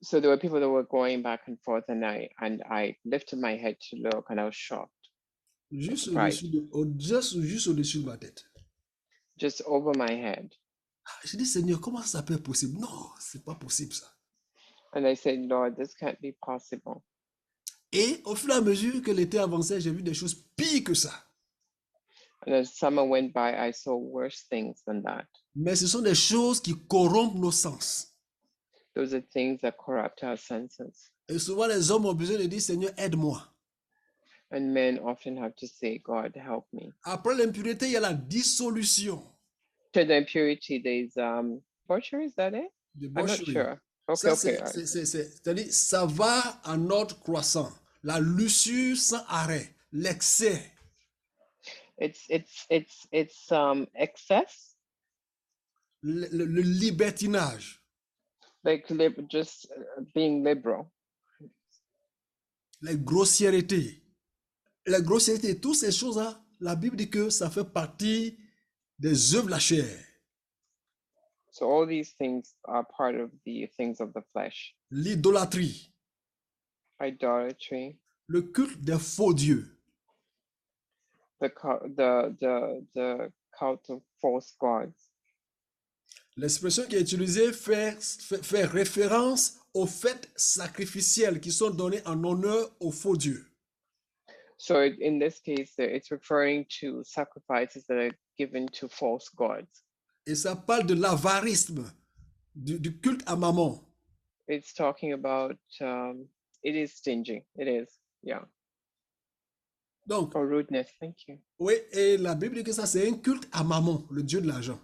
Speaker 2: So there were people that were going back and forth, and I and I lifted my head to look, and I was shocked,
Speaker 1: Juste
Speaker 2: Right.
Speaker 1: au-dessus de, au- juste- juste au-dessus de ma tête.
Speaker 2: just over my head.
Speaker 1: J'ai dit, Seigneur, comment ça peut être possible? Non, c'est pas possible ça.
Speaker 2: And I said, Lord, this can't be possible.
Speaker 1: Et au fur et à mesure que l'été avançait, j'ai vu des choses pires que ça.
Speaker 2: And as summer went by, I saw worse things than that.
Speaker 1: Mais ce sont des choses qui corrompent nos sens.
Speaker 2: Those are things that corrupt our senses.
Speaker 1: Et souvent, les hommes ont besoin de dire, Seigneur, aide-moi.
Speaker 2: And men often have to say, God, help me.
Speaker 1: Après l'impureté, il y a la dissolution.
Speaker 2: To the impurity, there's um, butchery, is that it?
Speaker 1: de
Speaker 2: I'm not
Speaker 1: Bolshoi.
Speaker 2: sure. Okay,
Speaker 1: Ça,
Speaker 2: okay.
Speaker 1: c'est-
Speaker 2: all right.
Speaker 1: c'est- c'est- c'est- C'est-à-dire, ça va en ordre croissant. La lussure sans arrêt, l'excès.
Speaker 2: It's it's it's it's um excess,
Speaker 1: Le, le- le libertinage,
Speaker 2: like lib- just uh, being liberal.
Speaker 1: les grossièretés. La grossièreté, toutes ces choses-là, la Bible dit que ça fait partie des œuvres de la chair.
Speaker 2: So all these things are part of the things of the flesh,
Speaker 1: L'idolâtrie,
Speaker 2: idolatry,
Speaker 1: le culte des faux dieux,
Speaker 2: the cul- the the the cult of false gods.
Speaker 1: L'expression qui est utilisée fait, fait- fait référence aux fêtes sacrificielles qui sont données en honneur aux faux dieux.
Speaker 2: So it- in this case, uh, it's referring to sacrifices that are given to false gods.
Speaker 1: Et ça parle de l'avarisme, du, du culte à maman.
Speaker 2: It's talking about um, it is stingy. It is, yeah,
Speaker 1: Donc,
Speaker 2: or rudeness. Thank you.
Speaker 1: oui, et la Bible dit que ça, c'est un culte à maman, le dieu de l'argent.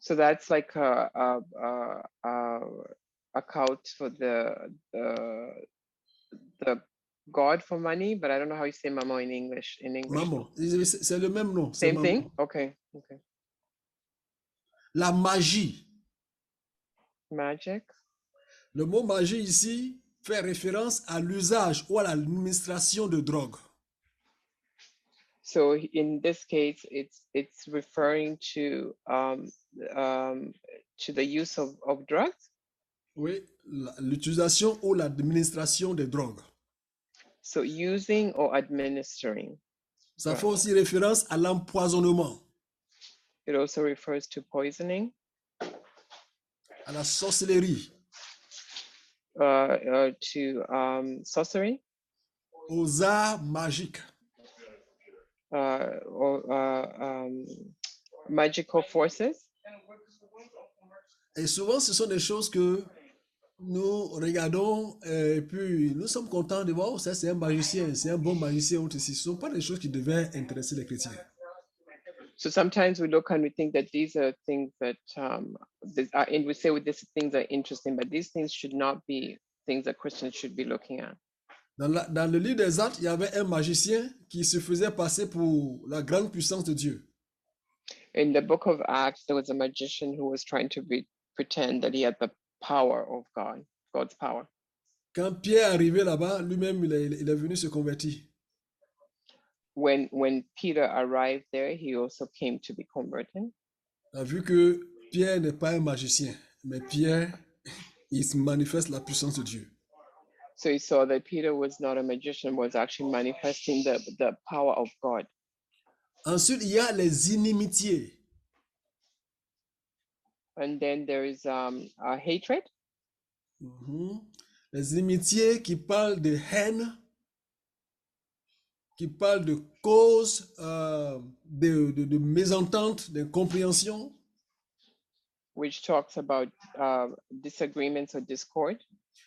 Speaker 2: So that's like a a a, a, a cult for the the the god for money, but I don't know how you say mamo in English. In English,
Speaker 1: Maman, c'est c'est le même nom. c'est
Speaker 2: same
Speaker 1: maman.
Speaker 2: thing. Okay, okay.
Speaker 1: La magie.
Speaker 2: Magic.
Speaker 1: Le mot magie ici fait référence à l'usage ou à l'administration de drogue.
Speaker 2: So h- in this case, it's it's referring to um, um, to the use of, of drugs.
Speaker 1: Oui, la- l'utilisation ou l'administration des drogues.
Speaker 2: So using or administering.
Speaker 1: Ça fait
Speaker 2: Ouais.
Speaker 1: aussi référence à l'empoisonnement,
Speaker 2: It also refers to poisoning,
Speaker 1: à la sorcellerie,
Speaker 2: uh, uh, to um, sorcery,
Speaker 1: aux arts magiques,
Speaker 2: uh, or uh, um, magical forces.
Speaker 1: Et souvent, ce sont des choses que nous regardons euh, et puis nous sommes contents de voir, oh, ça c'est un magicien, c'est un bon magicien. ou ceci. Ce ne sont pas des choses qui devaient intéresser les chrétiens.
Speaker 2: So sometimes we look and we think that these are things that um, this, uh, and we say well, these things are interesting, but these things should not be things that Christians should be looking at.
Speaker 1: Dans, la- dans le livre des actes, il y avait un magicien qui se faisait passer pour la grande puissance de Dieu.
Speaker 2: In the book of Acts, there was a magician who was trying to be, pretend that he had the power of God, God's power.
Speaker 1: Quand Pierre est arrivé là-bas, lui-même, il est, il est venu se convertir.
Speaker 2: When when Peter arrived there, he also came to be converted.
Speaker 1: On a Ah, vu que Pierre n'est pas un magicien, mais Pierre, il se manifeste la puissance de Dieu.
Speaker 2: So he saw that Peter was not a magician, was actually manifesting the, the power of God.
Speaker 1: Ensuite, il y a les inimitiés.
Speaker 2: And then there is um, uh, hatred.
Speaker 1: Mhm. Les inimitiés qui parlent de haine, qui parlent de causes, euh, de, de, de mésentente, d'incompréhension.
Speaker 2: which talks about uh, disagreements or discord,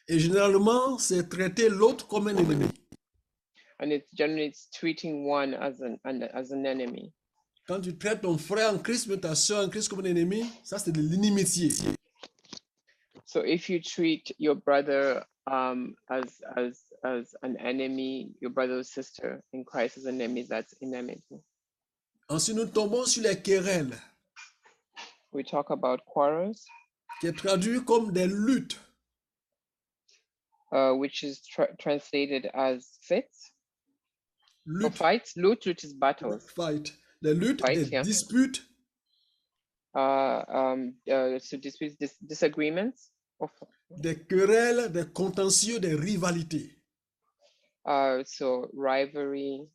Speaker 1: Et généralement, c'est traiter l'autre comme un ennemi.
Speaker 2: and it's generally it's treating one as an, an as an enemy.
Speaker 1: Quand tu traites ton frère en Christ, mais ta soeur en Christ comme un ennemi, ça c'est de l'inimitié.
Speaker 2: So if you treat your brother um, as as as an enemy, your brother or sister in Christ as an enemy, that's enmity.
Speaker 1: Ensuite, nous tombons sur les querelles,
Speaker 2: We talk about quarrels,
Speaker 1: qui est traduit comme des luttes.
Speaker 2: uh, which is tra- translated as fits or
Speaker 1: Luttes,
Speaker 2: fights. Loot, which is battles.
Speaker 1: fight. Les luttes,
Speaker 2: Fight,
Speaker 1: les
Speaker 2: yeah.
Speaker 1: disputes,
Speaker 2: Uh, um, uh, so this is dis- disagreements or f-
Speaker 1: des querelles, des contentieux, des rivalités.
Speaker 2: uh, so rivalry.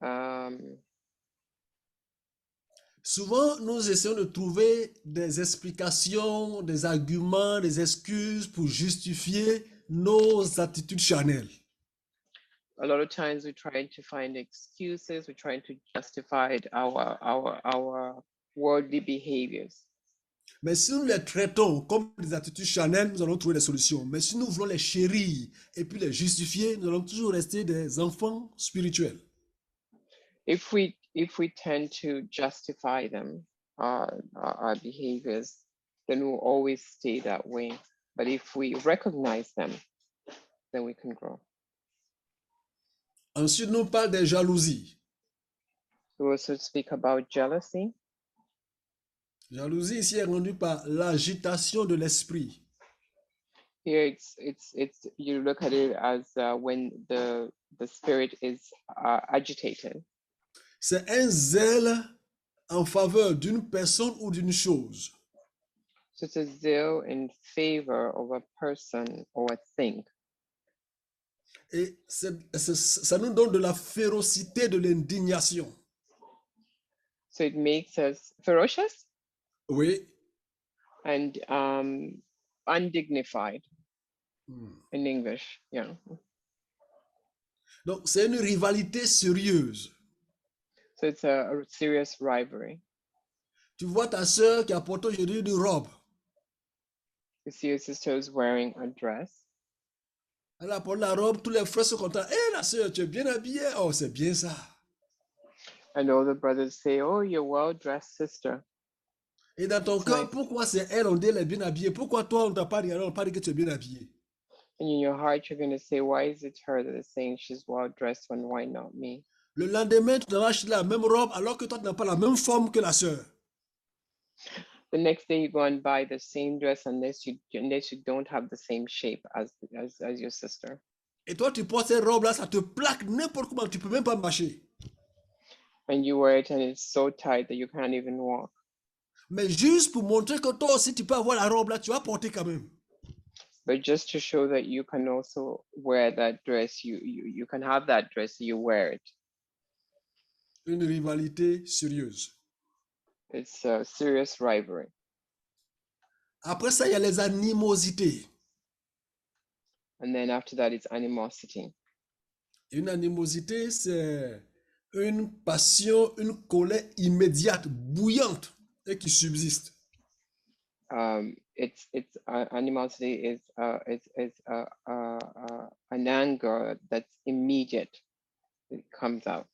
Speaker 2: Um,
Speaker 1: Souvent, nous essayons de trouver des explications, des arguments, des excuses pour justifier nos attitudes charnelles.
Speaker 2: a lot of times we're trying to find excuses we're trying to justify it, our our our worldly behaviors
Speaker 1: Mais si nous les traitons comme des attitudes charnelles, nous allons trouver des solutions. Mais si nous voulons les chérir et puis les justifier, nous allons toujours rester des enfants spirituels.
Speaker 2: if we if we tend to justify them uh, our, our behaviors then we'll always stay that way but if we recognize them then we can grow
Speaker 1: Ensuite, nous parle des jalousies.
Speaker 2: we also speak about jealousy
Speaker 1: Jalousie ici est rendue par l'agitation de l'esprit.
Speaker 2: here it's it's it's you look at it as uh, when the the spirit is uh, agitated
Speaker 1: C'est un zèle en faveur d'une personne ou d'une chose.
Speaker 2: So it's a zeal in favor of a person or a thing.
Speaker 1: Et c'est- c'est- ça nous donne de la férocité, de l'indignation.
Speaker 2: So it makes us ferocious
Speaker 1: Oui.
Speaker 2: and um, undignified
Speaker 1: Hmm.
Speaker 2: in English. Yeah.
Speaker 1: Donc, c'est une rivalité sérieuse.
Speaker 2: So it's a, a serious rivalry.
Speaker 1: Tu vois ta sœur qui a porté aujourd'hui une robe.
Speaker 2: You see your sister is wearing a dress.
Speaker 1: Elle a porté la robe, tous les frères sont contents. Hé, la sœur, tu es bien habillée. Oh, c'est bien ça.
Speaker 2: And all the brothers say, Oh, you're well dressed, sister.
Speaker 1: Et dans ton
Speaker 2: C'est
Speaker 1: cœur,
Speaker 2: vrai.
Speaker 1: pourquoi c'est elle, on dit elle est bien habillée. Pourquoi toi, on ne t'a pas regardé, on n'a pas dit que tu es bien habillée.
Speaker 2: And in your heart, you're going to say, Why is it her that is saying she's well dressed when why not me?
Speaker 1: Le lendemain, tu dois acheter la même robe alors que toi, tu n'as pas la même forme que la sœur.
Speaker 2: The next day, you go and buy the same dress unless you unless you don't have the same shape as as, as your sister.
Speaker 1: Et toi, tu portes cette robe-là, ça te plaque n'importe comment, tu peux même pas marcher.
Speaker 2: and you wear it and it's so tight that you can't even walk.
Speaker 1: Mais juste pour montrer que toi aussi, tu peux avoir la robe-là, tu vas porter quand même.
Speaker 2: But just to show that you can also wear that dress, you you, you can have that dress, you wear it.
Speaker 1: Une rivalité sérieuse.
Speaker 2: It's a serious rivalry.
Speaker 1: Après ça, il y a les animosités.
Speaker 2: And then after that, it's animosity.
Speaker 1: Une animosité, c'est une passion, une colère immédiate, bouillante et qui subsiste.
Speaker 2: Um, it's it's uh, animosity is uh it's it's uh, uh, uh an anger that's immediate. It comes out.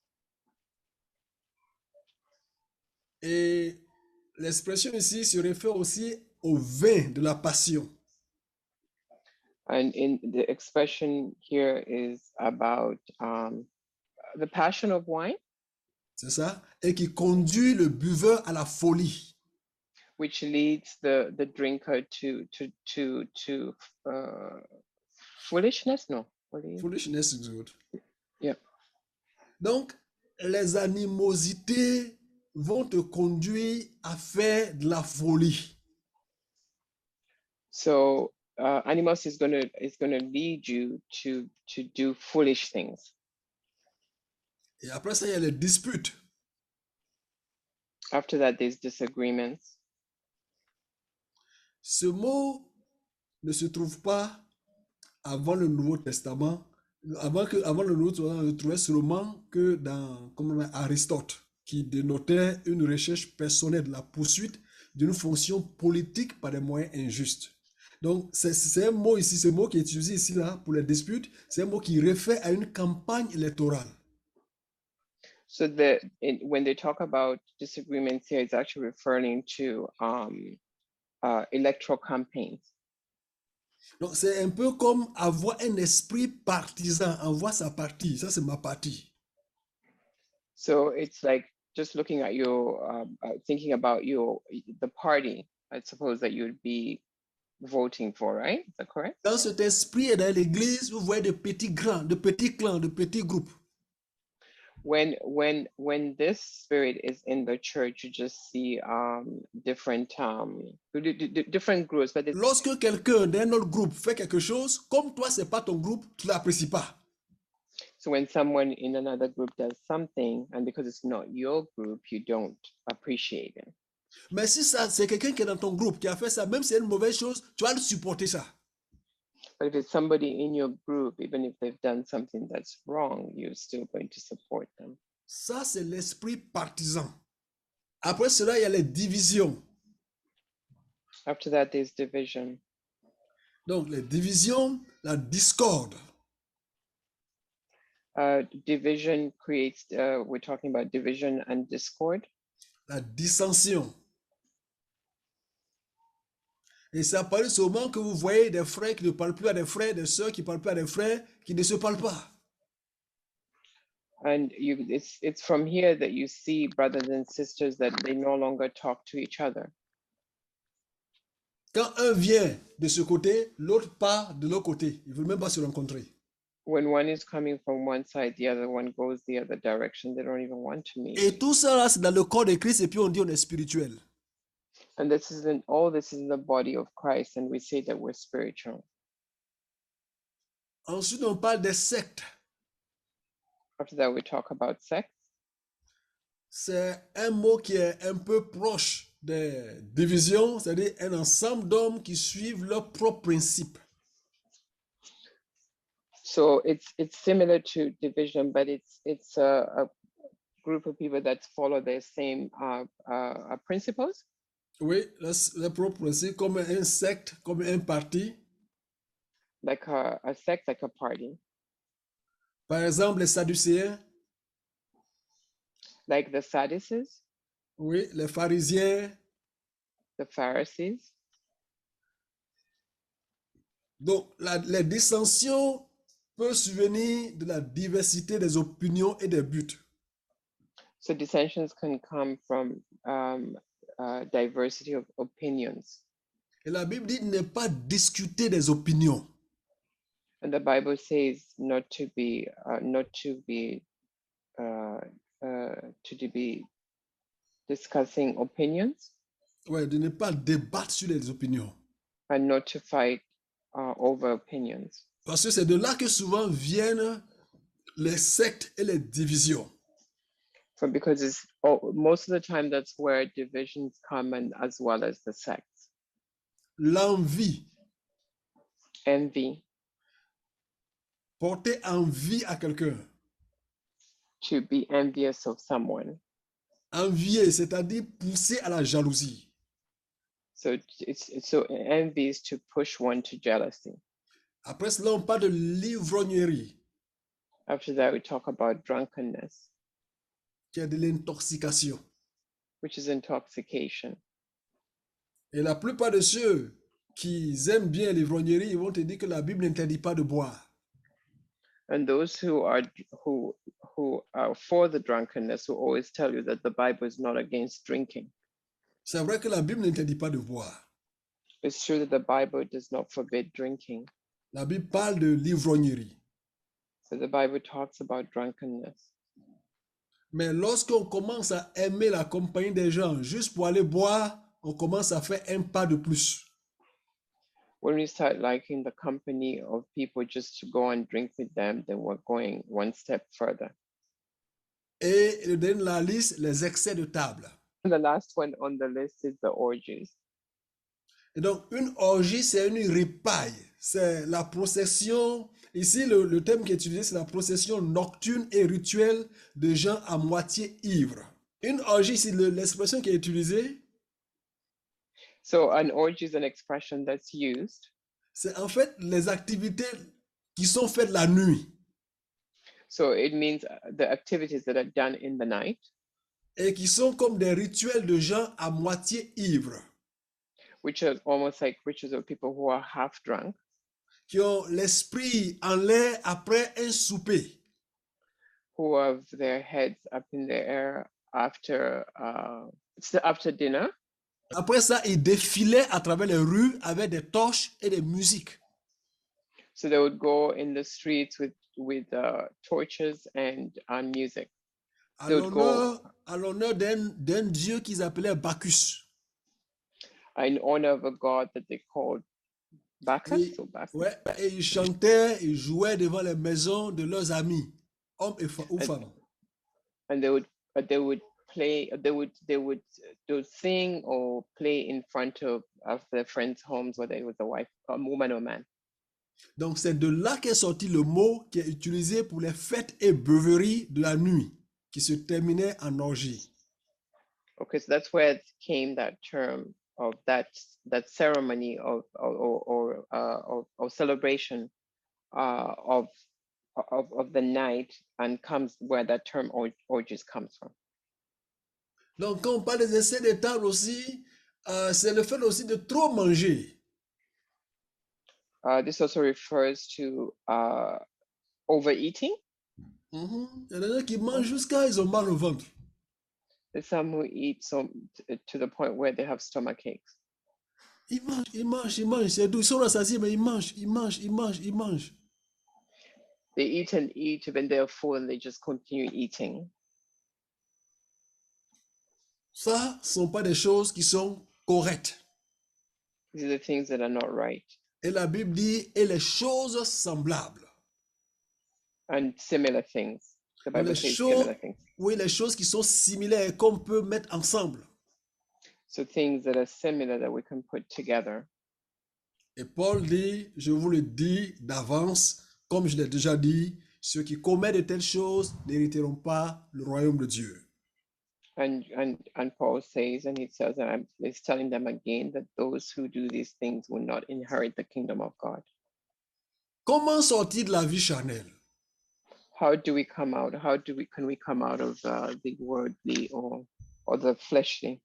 Speaker 1: Et l'expression ici se réfère aussi au vin de la passion.
Speaker 2: and in the expression here is about um, the passion of wine,
Speaker 1: c'est ça, et qui conduit le buveur à la folie.
Speaker 2: which leads the the drinker to to to to uh, foolishness. No, fooli-
Speaker 1: Foolishness is good.
Speaker 2: Yeah.
Speaker 1: Donc, les animosités vont te conduire à faire de la folie.
Speaker 2: so uh, animos is gonna is gonna lead you to to do foolish things.
Speaker 1: Et après ça, il y a les disputes.
Speaker 2: After that, there's disagreements.
Speaker 1: Ce mot ne se trouve pas avant le Nouveau Testament. Avant, que, avant le Nouveau Testament, on le trouvait seulement que dans comme on dit, Aristote, qui dénotait une recherche personnelle de la poursuite d'une fonction politique par des moyens injustes. Donc, c'est- c'est un mot ici, ce mot qui est utilisé ici là pour les disputes, c'est un mot qui réfère à une campagne électorale.
Speaker 2: So the in, when they talk about disagreements here, it's actually referring to um, uh, electoral campaigns.
Speaker 1: Donc, c'est un peu comme avoir un esprit partisan, avoir sa partie. Ça, c'est ma partie.
Speaker 2: So it's like just looking at your um, uh, thinking about your the party, I suppose that you'd be voting for, right? Is that correct?
Speaker 1: Dans cet esprit et dans l'église, vous voyez de petits grands, de petits clans, de petits groupes.
Speaker 2: When when when this spirit is in the church, you just see um, different um, d- d- d- different groups, but it's,
Speaker 1: Lorsque quelqu'un d'un autre groupe fait quelque chose, comme toi, c'est pas ton groupe, tu l'apprécies pas.
Speaker 2: so when someone in another group does something, and because it's not your group, you don't appreciate it.
Speaker 1: Mais si ça, c'est quelqu'un qui est dans ton groupe qui a fait ça, même si c'est une mauvaise chose, tu vas le supporter ça.
Speaker 2: But if it's somebody in your group, even if they've done something that's wrong, you're still going to support them.
Speaker 1: Ça, c'est l'esprit partisan. Après cela, il y a les divisions.
Speaker 2: After that, there's division.
Speaker 1: Donc, les divisions, la discorde.
Speaker 2: Uh, division creates, uh, we're talking about division and discord.
Speaker 1: la dissension. Et ça paraît seulement que vous voyez des frères qui ne parlent plus à des frères, des sœurs qui ne parlent plus à des frères, qui ne se parlent pas.
Speaker 2: And you, it's, it's from here that you see brothers and sisters that they no longer talk to each other.
Speaker 1: Quand un vient de ce côté, l'autre part de l'autre côté. Ils ne veulent même pas se rencontrer.
Speaker 2: When one is coming from one side, the other one goes the other direction. They don't even want to meet.
Speaker 1: Et tout ça, là, c'est dans le corps de Christ et puis on dit on est spirituel.
Speaker 2: And this isn't all this is in the body of Christ, and we say that we're spiritual.
Speaker 1: Ensuite, on parle des sectes.
Speaker 2: After that, we talk about sex.
Speaker 1: C'est un mot qui est un peu proche des divisions, c'est-à-dire un ensemble d'hommes qui suivent leurs propres principes.
Speaker 2: So it's it's similar to division, but it's it's a, a group of people that follow the same uh, uh, uh, principles.
Speaker 1: Oui, le, le propre principe, comme un secte, comme un parti.
Speaker 2: like a, a sect, like a party,
Speaker 1: Par exemple, les Sadducéens,
Speaker 2: like the Sadducees,
Speaker 1: oui, les pharisiens.
Speaker 2: the Pharisees.
Speaker 1: Donc, la, les dissensions peuvent survenir de la diversité des opinions et des buts.
Speaker 2: So dissensions can come from um, uh, diversity of opinions.
Speaker 1: Et la Bible dit ne pas discuter des opinions.
Speaker 2: And the Bible says not to be, uh, not to be, uh, uh, to d- be discussing opinions
Speaker 1: Ouais, de ne pas débattre sur les opinions.
Speaker 2: and not to fight uh, over opinions.
Speaker 1: Parce que c'est de là que souvent viennent les sectes et les divisions.
Speaker 2: From because it's oh, most of the time that's where divisions come and as well as the sects,
Speaker 1: L'envie,
Speaker 2: envy,
Speaker 1: porter envie à quelqu'un.
Speaker 2: to be envious of someone.
Speaker 1: Envier, c'est-à-dire pousser à la jalousie.
Speaker 2: So it's- it's it's so envy is to push one to jealousy.
Speaker 1: Après cela, on parle de l'ivrognerie,
Speaker 2: After that, we talk about drunkenness,
Speaker 1: qui est de l'intoxication.
Speaker 2: which is intoxication.
Speaker 1: Et la plupart de ceux qui aiment bien l'ivrognerie, ils vont te dire que la Bible n'interdit pas de boire.
Speaker 2: And those who are who who are for the drunkenness who always tell you that the Bible is not against drinking.
Speaker 1: C'est vrai que la Bible n'interdit pas de boire.
Speaker 2: It's true that the Bible does not forbid drinking.
Speaker 1: La Bible parle de l'ivrognerie.
Speaker 2: So the Bible talks about drunkenness.
Speaker 1: Mais lorsqu'on commence à aimer la compagnie des gens juste pour aller boire, on commence à faire un pas de plus.
Speaker 2: When we start liking the company of people just to go and drink with them, then we're going one step further.
Speaker 1: Et le dernier de la liste, les excès de table.
Speaker 2: And the last one on the list is the orgies.
Speaker 1: Et donc, une orgie, c'est une ripaille. C'est la procession. Ici, le, le thème qui est utilisé, c'est la procession nocturne et rituelle de gens à moitié ivres. Une orgie, c'est le- l'expression qui est utilisée.
Speaker 2: So an orgy is an expression that's used.
Speaker 1: C'est en fait les activités qui sont faites la nuit
Speaker 2: So it means uh, the activities that are done in the night,
Speaker 1: et qui sont comme des rituels de gens à moitié ivres,
Speaker 2: which are almost like rituals of people who are half drunk,
Speaker 1: qui ont l'esprit en l'air après un souper.
Speaker 2: who have their heads up in the air after uh, it's the- after dinner,
Speaker 1: Après ça, ils défilaient à travers les rues avec des torches et des musiques.
Speaker 2: So they would go in the streets with with uh, torches and uh, music
Speaker 1: à
Speaker 2: They would go-
Speaker 1: l'honneur- à l'honneur d'un d'un dieu qu'ils appelaient Bacchus.
Speaker 2: in honor of a god that they called Bacchus or Bacchus.
Speaker 1: Ouais, et ils chantaient, ils jouaient devant les maisons de leurs amis, hommes et fa- ou
Speaker 2: Et-
Speaker 1: femmes.
Speaker 2: and they would uh, they would play uh, they would they would uh, they would sing or play in front of of their friends' homes, whether it was a wife, a woman or man.
Speaker 1: Donc c'est de là qu'est sorti le mot qui est utilisé pour les fêtes et beuveries de la nuit, qui se terminaient en orgie.
Speaker 2: Okay, so that's where it came that term of that that ceremony of or or or, uh, or, or celebration uh, of of of the night and comes where that term or, orgies comes from.
Speaker 1: Donc quand on parle des essais de table aussi, euh, c'est le fait aussi de trop manger.
Speaker 2: Uh, this also refers to uh, overeating.
Speaker 1: Mhm. Il y en a qui mangent jusqu'à ils ont mal au ventre.
Speaker 2: There's some who eat so t- to the point where they have stomach aches.
Speaker 1: Ils mangent, ils mangent, ils mangent. C'est doux, ils sont rassasiés, mais ils mangent, ils mangent, ils mangent, ils mangent.
Speaker 2: They eat and eat, even they're full, and they just continue eating.
Speaker 1: Ça, ce ne sont pas des choses qui sont correctes.
Speaker 2: These are the things that are not right.
Speaker 1: Et la Bible dit, et les choses semblables.
Speaker 2: And similar things. The
Speaker 1: Well,
Speaker 2: Bible
Speaker 1: it's
Speaker 2: says
Speaker 1: sure-
Speaker 2: similar things.
Speaker 1: Oui, les choses qui sont similaires et qu'on peut mettre ensemble.
Speaker 2: So things that are similar that we can put together.
Speaker 1: Et Paul dit, je vous le dis d'avance, comme je l'ai déjà dit, ceux qui commettent de telles choses n'hériteront pas le royaume de Dieu.
Speaker 2: And and and Paul says, and he says, and I'm he's telling them again that those who do these things will not inherit the kingdom of God.
Speaker 1: Comment sortir de la vie charnelle
Speaker 2: how do we come out how do we can we come out of uh, the worldly or or the fleshly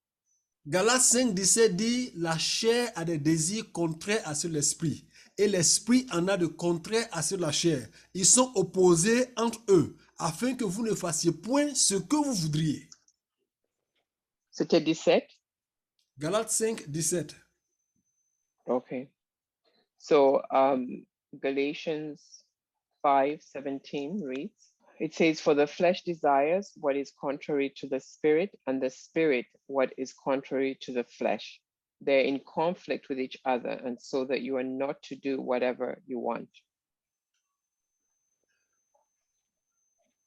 Speaker 1: Galates 5, 17 dit, la chair a des désirs contraires à ceux de l'esprit, et l'esprit en a de contraires à ceux de la chair. Ils sont opposés entre eux, afin que vous ne fassiez point ce que vous voudriez.
Speaker 2: c'était 17
Speaker 1: Galates 5, 17.
Speaker 2: okay so um galatians 5 17 reads it says for the flesh desires what is contrary to the spirit and the spirit what is contrary to the flesh they're in conflict with each other and so that you are not to do whatever you want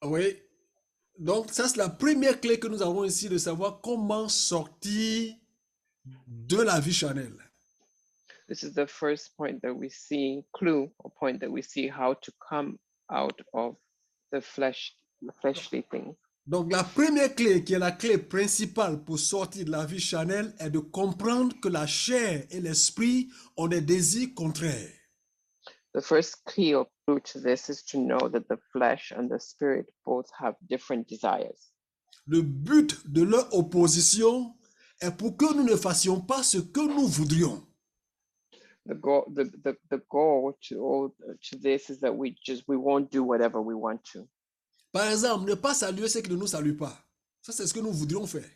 Speaker 1: Oui. Donc, ça, c'est la première clé que nous avons ici de savoir comment sortir de la vie charnelle.
Speaker 2: this is the first point that we see clue or point that we see how to come out of the flesh the fleshly thing
Speaker 1: Donc, la première clé, qui est la clé principale pour sortir de la vie charnelle, est de comprendre que la chair et l'esprit ont des désirs contraires.
Speaker 2: the first key or clue to this is to know that the flesh and the spirit both have different desires
Speaker 1: Le but de leur opposition est pour que nous ne fassions pas ce que nous voudrions.
Speaker 2: the goal the, the, the goal to all to this is that we just we won't do whatever we want to
Speaker 1: Par exemple, ne pas saluer ceux qui ne nous saluent pas. Ça, c'est ce que nous voudrions faire.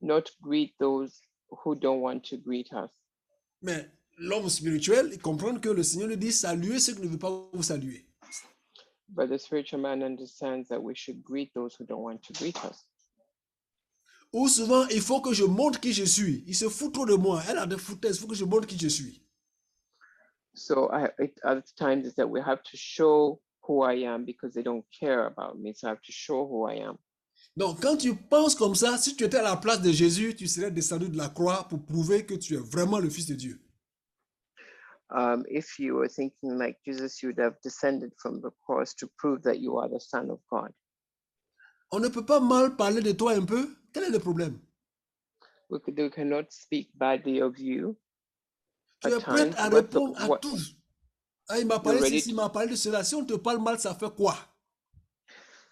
Speaker 2: not greet those who don't want to greet us
Speaker 1: Mais l'homme spirituel, il comprend que le Seigneur lui dit saluer ceux qui ne veulent pas vous saluer.
Speaker 2: but the spiritual man understands that we should greet those who don't want to greet us
Speaker 1: Ou souvent, il faut que je montre qui je suis. Il se fout trop de moi. Elle a des foutaises. Il faut que je montre qui je suis.
Speaker 2: so i it, at times is that we have to show who i am because they don't care about me so i have to show who i am
Speaker 1: Donc, quand tu penses comme ça, si tu étais à la place de Jésus, tu serais descendu de la croix pour prouver que tu es vraiment le Fils de Dieu.
Speaker 2: um, if you were thinking like jesus you would have descended from the cross to prove that you are the son of god
Speaker 1: On ne peut pas mal parler de toi un peu. Quel est le problème
Speaker 2: we, could, we cannot speak badly of you
Speaker 1: Tu
Speaker 2: at
Speaker 1: es prête à
Speaker 2: times, what the-
Speaker 1: répondre à
Speaker 2: what-
Speaker 1: tout. Ah, il m'a parlé de
Speaker 2: ready
Speaker 1: ceci, il m'a parlé de cela. Si on te parle mal, ça fait quoi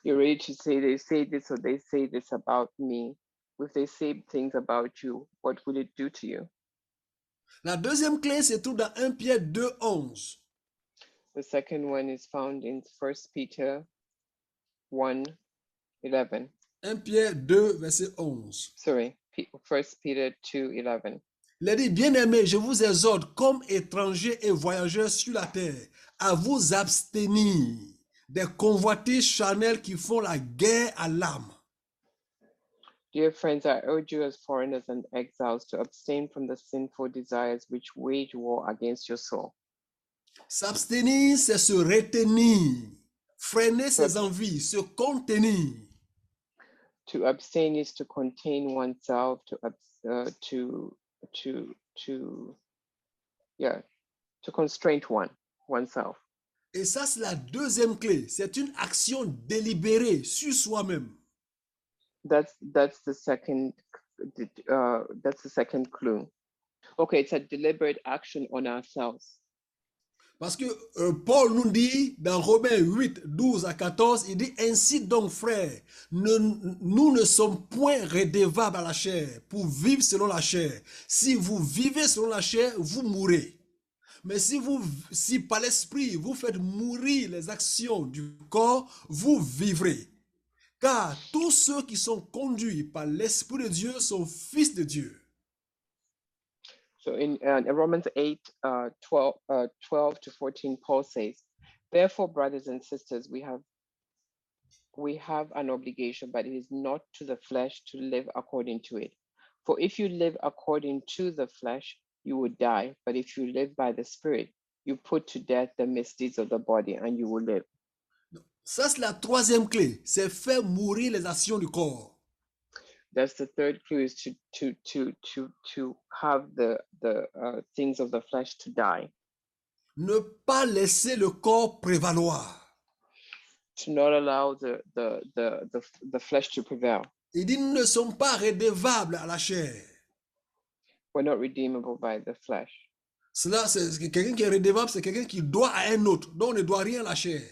Speaker 2: you're ready to say they say this or they say this about me. If they say things about you, what will it do to you?
Speaker 1: La deuxième clé se trouve dans 1 Pierre 2, 11.
Speaker 2: The second one is found in First Peter 1 11.
Speaker 1: 1 Pierre 2, verset 11.
Speaker 2: Sorry, First Peter 2 11.
Speaker 1: Il a dit, bien-aimés, je vous exhorte comme étrangers et voyageurs sur la terre à vous abstenir des convoitises charnelles qui font la guerre à l'âme.
Speaker 2: Dear friends, I urge you as foreigners and exiles to abstain from the sinful desires which wage war against your soul.
Speaker 1: S'abstenir, c'est se retenir, freiner ses envies, se contenir.
Speaker 2: To abstain is to contain oneself, to abs- uh, to to to yeah, to constrain one oneself.
Speaker 1: Et ça, c'est la deuxième clé. C'est une action délibérée sur soi-même.
Speaker 2: that's that's the second c- d- d- uh that's the second clue okay it's a deliberate action on ourselves
Speaker 1: Parce que euh, Paul nous dit dans Romains 8, 12 à 14, il dit Ainsi donc, frères, ne- nous ne sommes point redevables à la chair pour vivre selon la chair. Si vous vivez selon la chair, vous mourrez. Mais si, vous, si par l'esprit vous faites mourir les actions du corps, vous vivrez. Car tous ceux qui sont conduits par l'esprit de Dieu sont fils de Dieu.
Speaker 2: so in uh, in romans 8 uh 12 uh 12 to 14 paul says therefore brothers and sisters we have we have an obligation but it is not to the flesh to live according to it for if you live according to the flesh you will die but if you live by the spirit you put to death the misdeeds of the body and you will live
Speaker 1: Ça, c'est la troisième clé c'est faire mourir les actions du corps.
Speaker 2: that's the third clue is to to to to to have the the uh, things of the flesh to die
Speaker 1: ne pas laisser le corps prévaloir.
Speaker 2: to not allow the the the the, f- the flesh to prevail
Speaker 1: Il dit, nous ne sommes pas redevables à la chair.
Speaker 2: we're not redeemable by the flesh
Speaker 1: Cela, c'est c'est quelqu'un qui est redevable, c'est quelqu'un qui doit à un autre, donc on ne doit rien à la chair.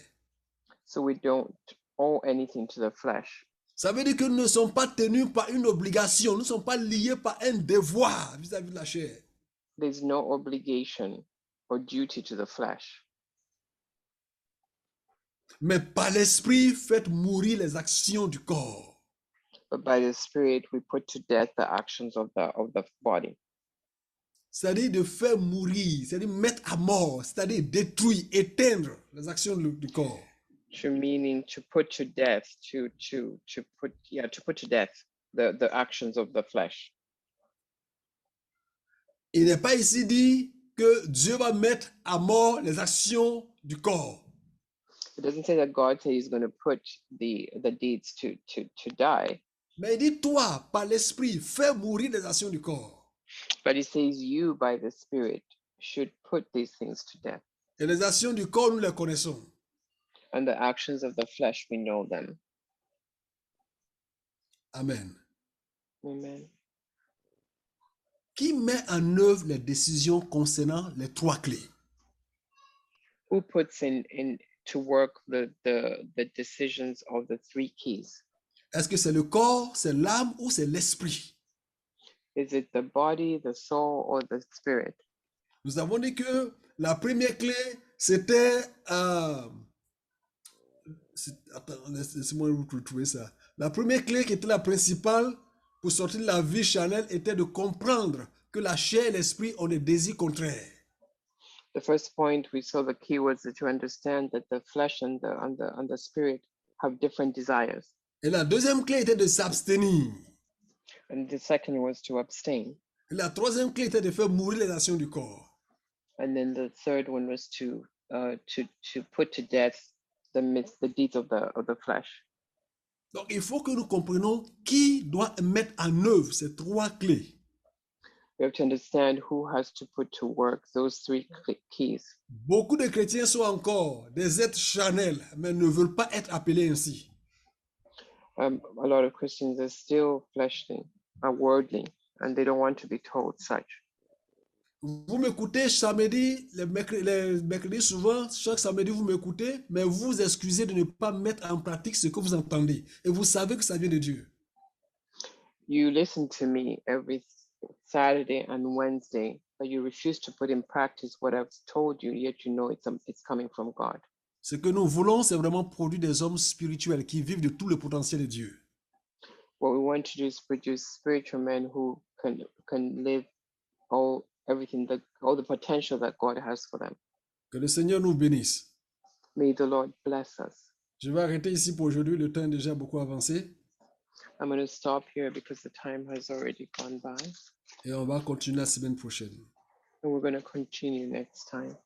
Speaker 2: so we don't owe anything to the flesh
Speaker 1: Ça veut dire que nous ne sommes pas tenus par une obligation, nous ne sommes pas liés par un devoir vis-à-vis de la chair.
Speaker 2: there's no obligation or duty to the flesh
Speaker 1: Mais par l'esprit, faites mourir les actions du corps.
Speaker 2: but by the spirit we put to death the actions of the of the body
Speaker 1: C'est-à-dire de faire mourir, c'est-à-dire mettre à mort, c'est-à-dire détruire, éteindre les actions du du corps.
Speaker 2: to meaning to put to death to to to put yeah to put to death the the actions of the flesh
Speaker 1: Il n'est pas ici dit que Dieu va mettre à mort les actions du corps.
Speaker 2: it doesn't say that God says he's going to put the the deeds to to to die,
Speaker 1: Mais il dit, toi, par l'esprit, fais mourir les actions du corps.
Speaker 2: but he says you by the Spirit should put these things to death,
Speaker 1: Et les actions du corps, nous les connaissons.
Speaker 2: and the actions of the flesh we know them.
Speaker 1: Amen.
Speaker 2: Amen.
Speaker 1: Qui met en œuvre les décisions concernant les trois clés
Speaker 2: Who puts in in to work the the the decisions of the three keys?
Speaker 1: Est-ce que c'est le corps, c'est l'âme ou c'est l'esprit
Speaker 2: Is it the body, the soul, or the spirit?
Speaker 1: Nous avons dit que la première clé, c'était... euh, c'est- attends, laisse- laissez-moi vous retrouver ça. La première clé qui était la principale pour sortir de la vie charnelle était de comprendre que la chair et l'esprit ont des désirs contraires.
Speaker 2: The first point we saw the key was to understand that the flesh and the and the and the spirit have different desires.
Speaker 1: Et la deuxième clé était de s'abstenir.
Speaker 2: And the second was to abstain.
Speaker 1: Et la troisième clé était de faire mourir les nations du corps.
Speaker 2: And then the third one was to uh, to to put to death the myths, the deeds of the of the flesh.
Speaker 1: Donc il faut que nous comprenions qui doit mettre en œuvre ces trois clés.
Speaker 2: We have to understand who has to put to work those three cl- keys.
Speaker 1: Beaucoup de chrétiens sont encore des êtres charnels, mais ne veulent pas être appelés ainsi.
Speaker 2: Um, a lot of Christians are still fleshly, are worldly, and they don't want to be told such.
Speaker 1: Vous m'écoutez samedi, les mercredis, les mercredis souvent, chaque samedi vous m'écoutez, mais vous vous excusez de ne pas mettre en pratique ce que vous entendez. Et vous savez que ça vient de Dieu.
Speaker 2: You listen to me every Saturday and Wednesday, but you refuse to put in practice what I've told you, yet you know it's, um, it's coming from God.
Speaker 1: Ce que nous voulons, c'est vraiment produire des hommes spirituels qui vivent de tout le potentiel de Dieu.
Speaker 2: What we want to do is produce spiritual men who can can live all everything that all the potential that God has for them.
Speaker 1: Que le Seigneur nous bénisse.
Speaker 2: May the Lord bless us.
Speaker 1: Je vais arrêter ici pour aujourd'hui, le temps est déjà beaucoup avancé
Speaker 2: I'm going to stop here because the time has already gone by,
Speaker 1: et on va continuer la semaine prochaine.
Speaker 2: and we're going to continue next time.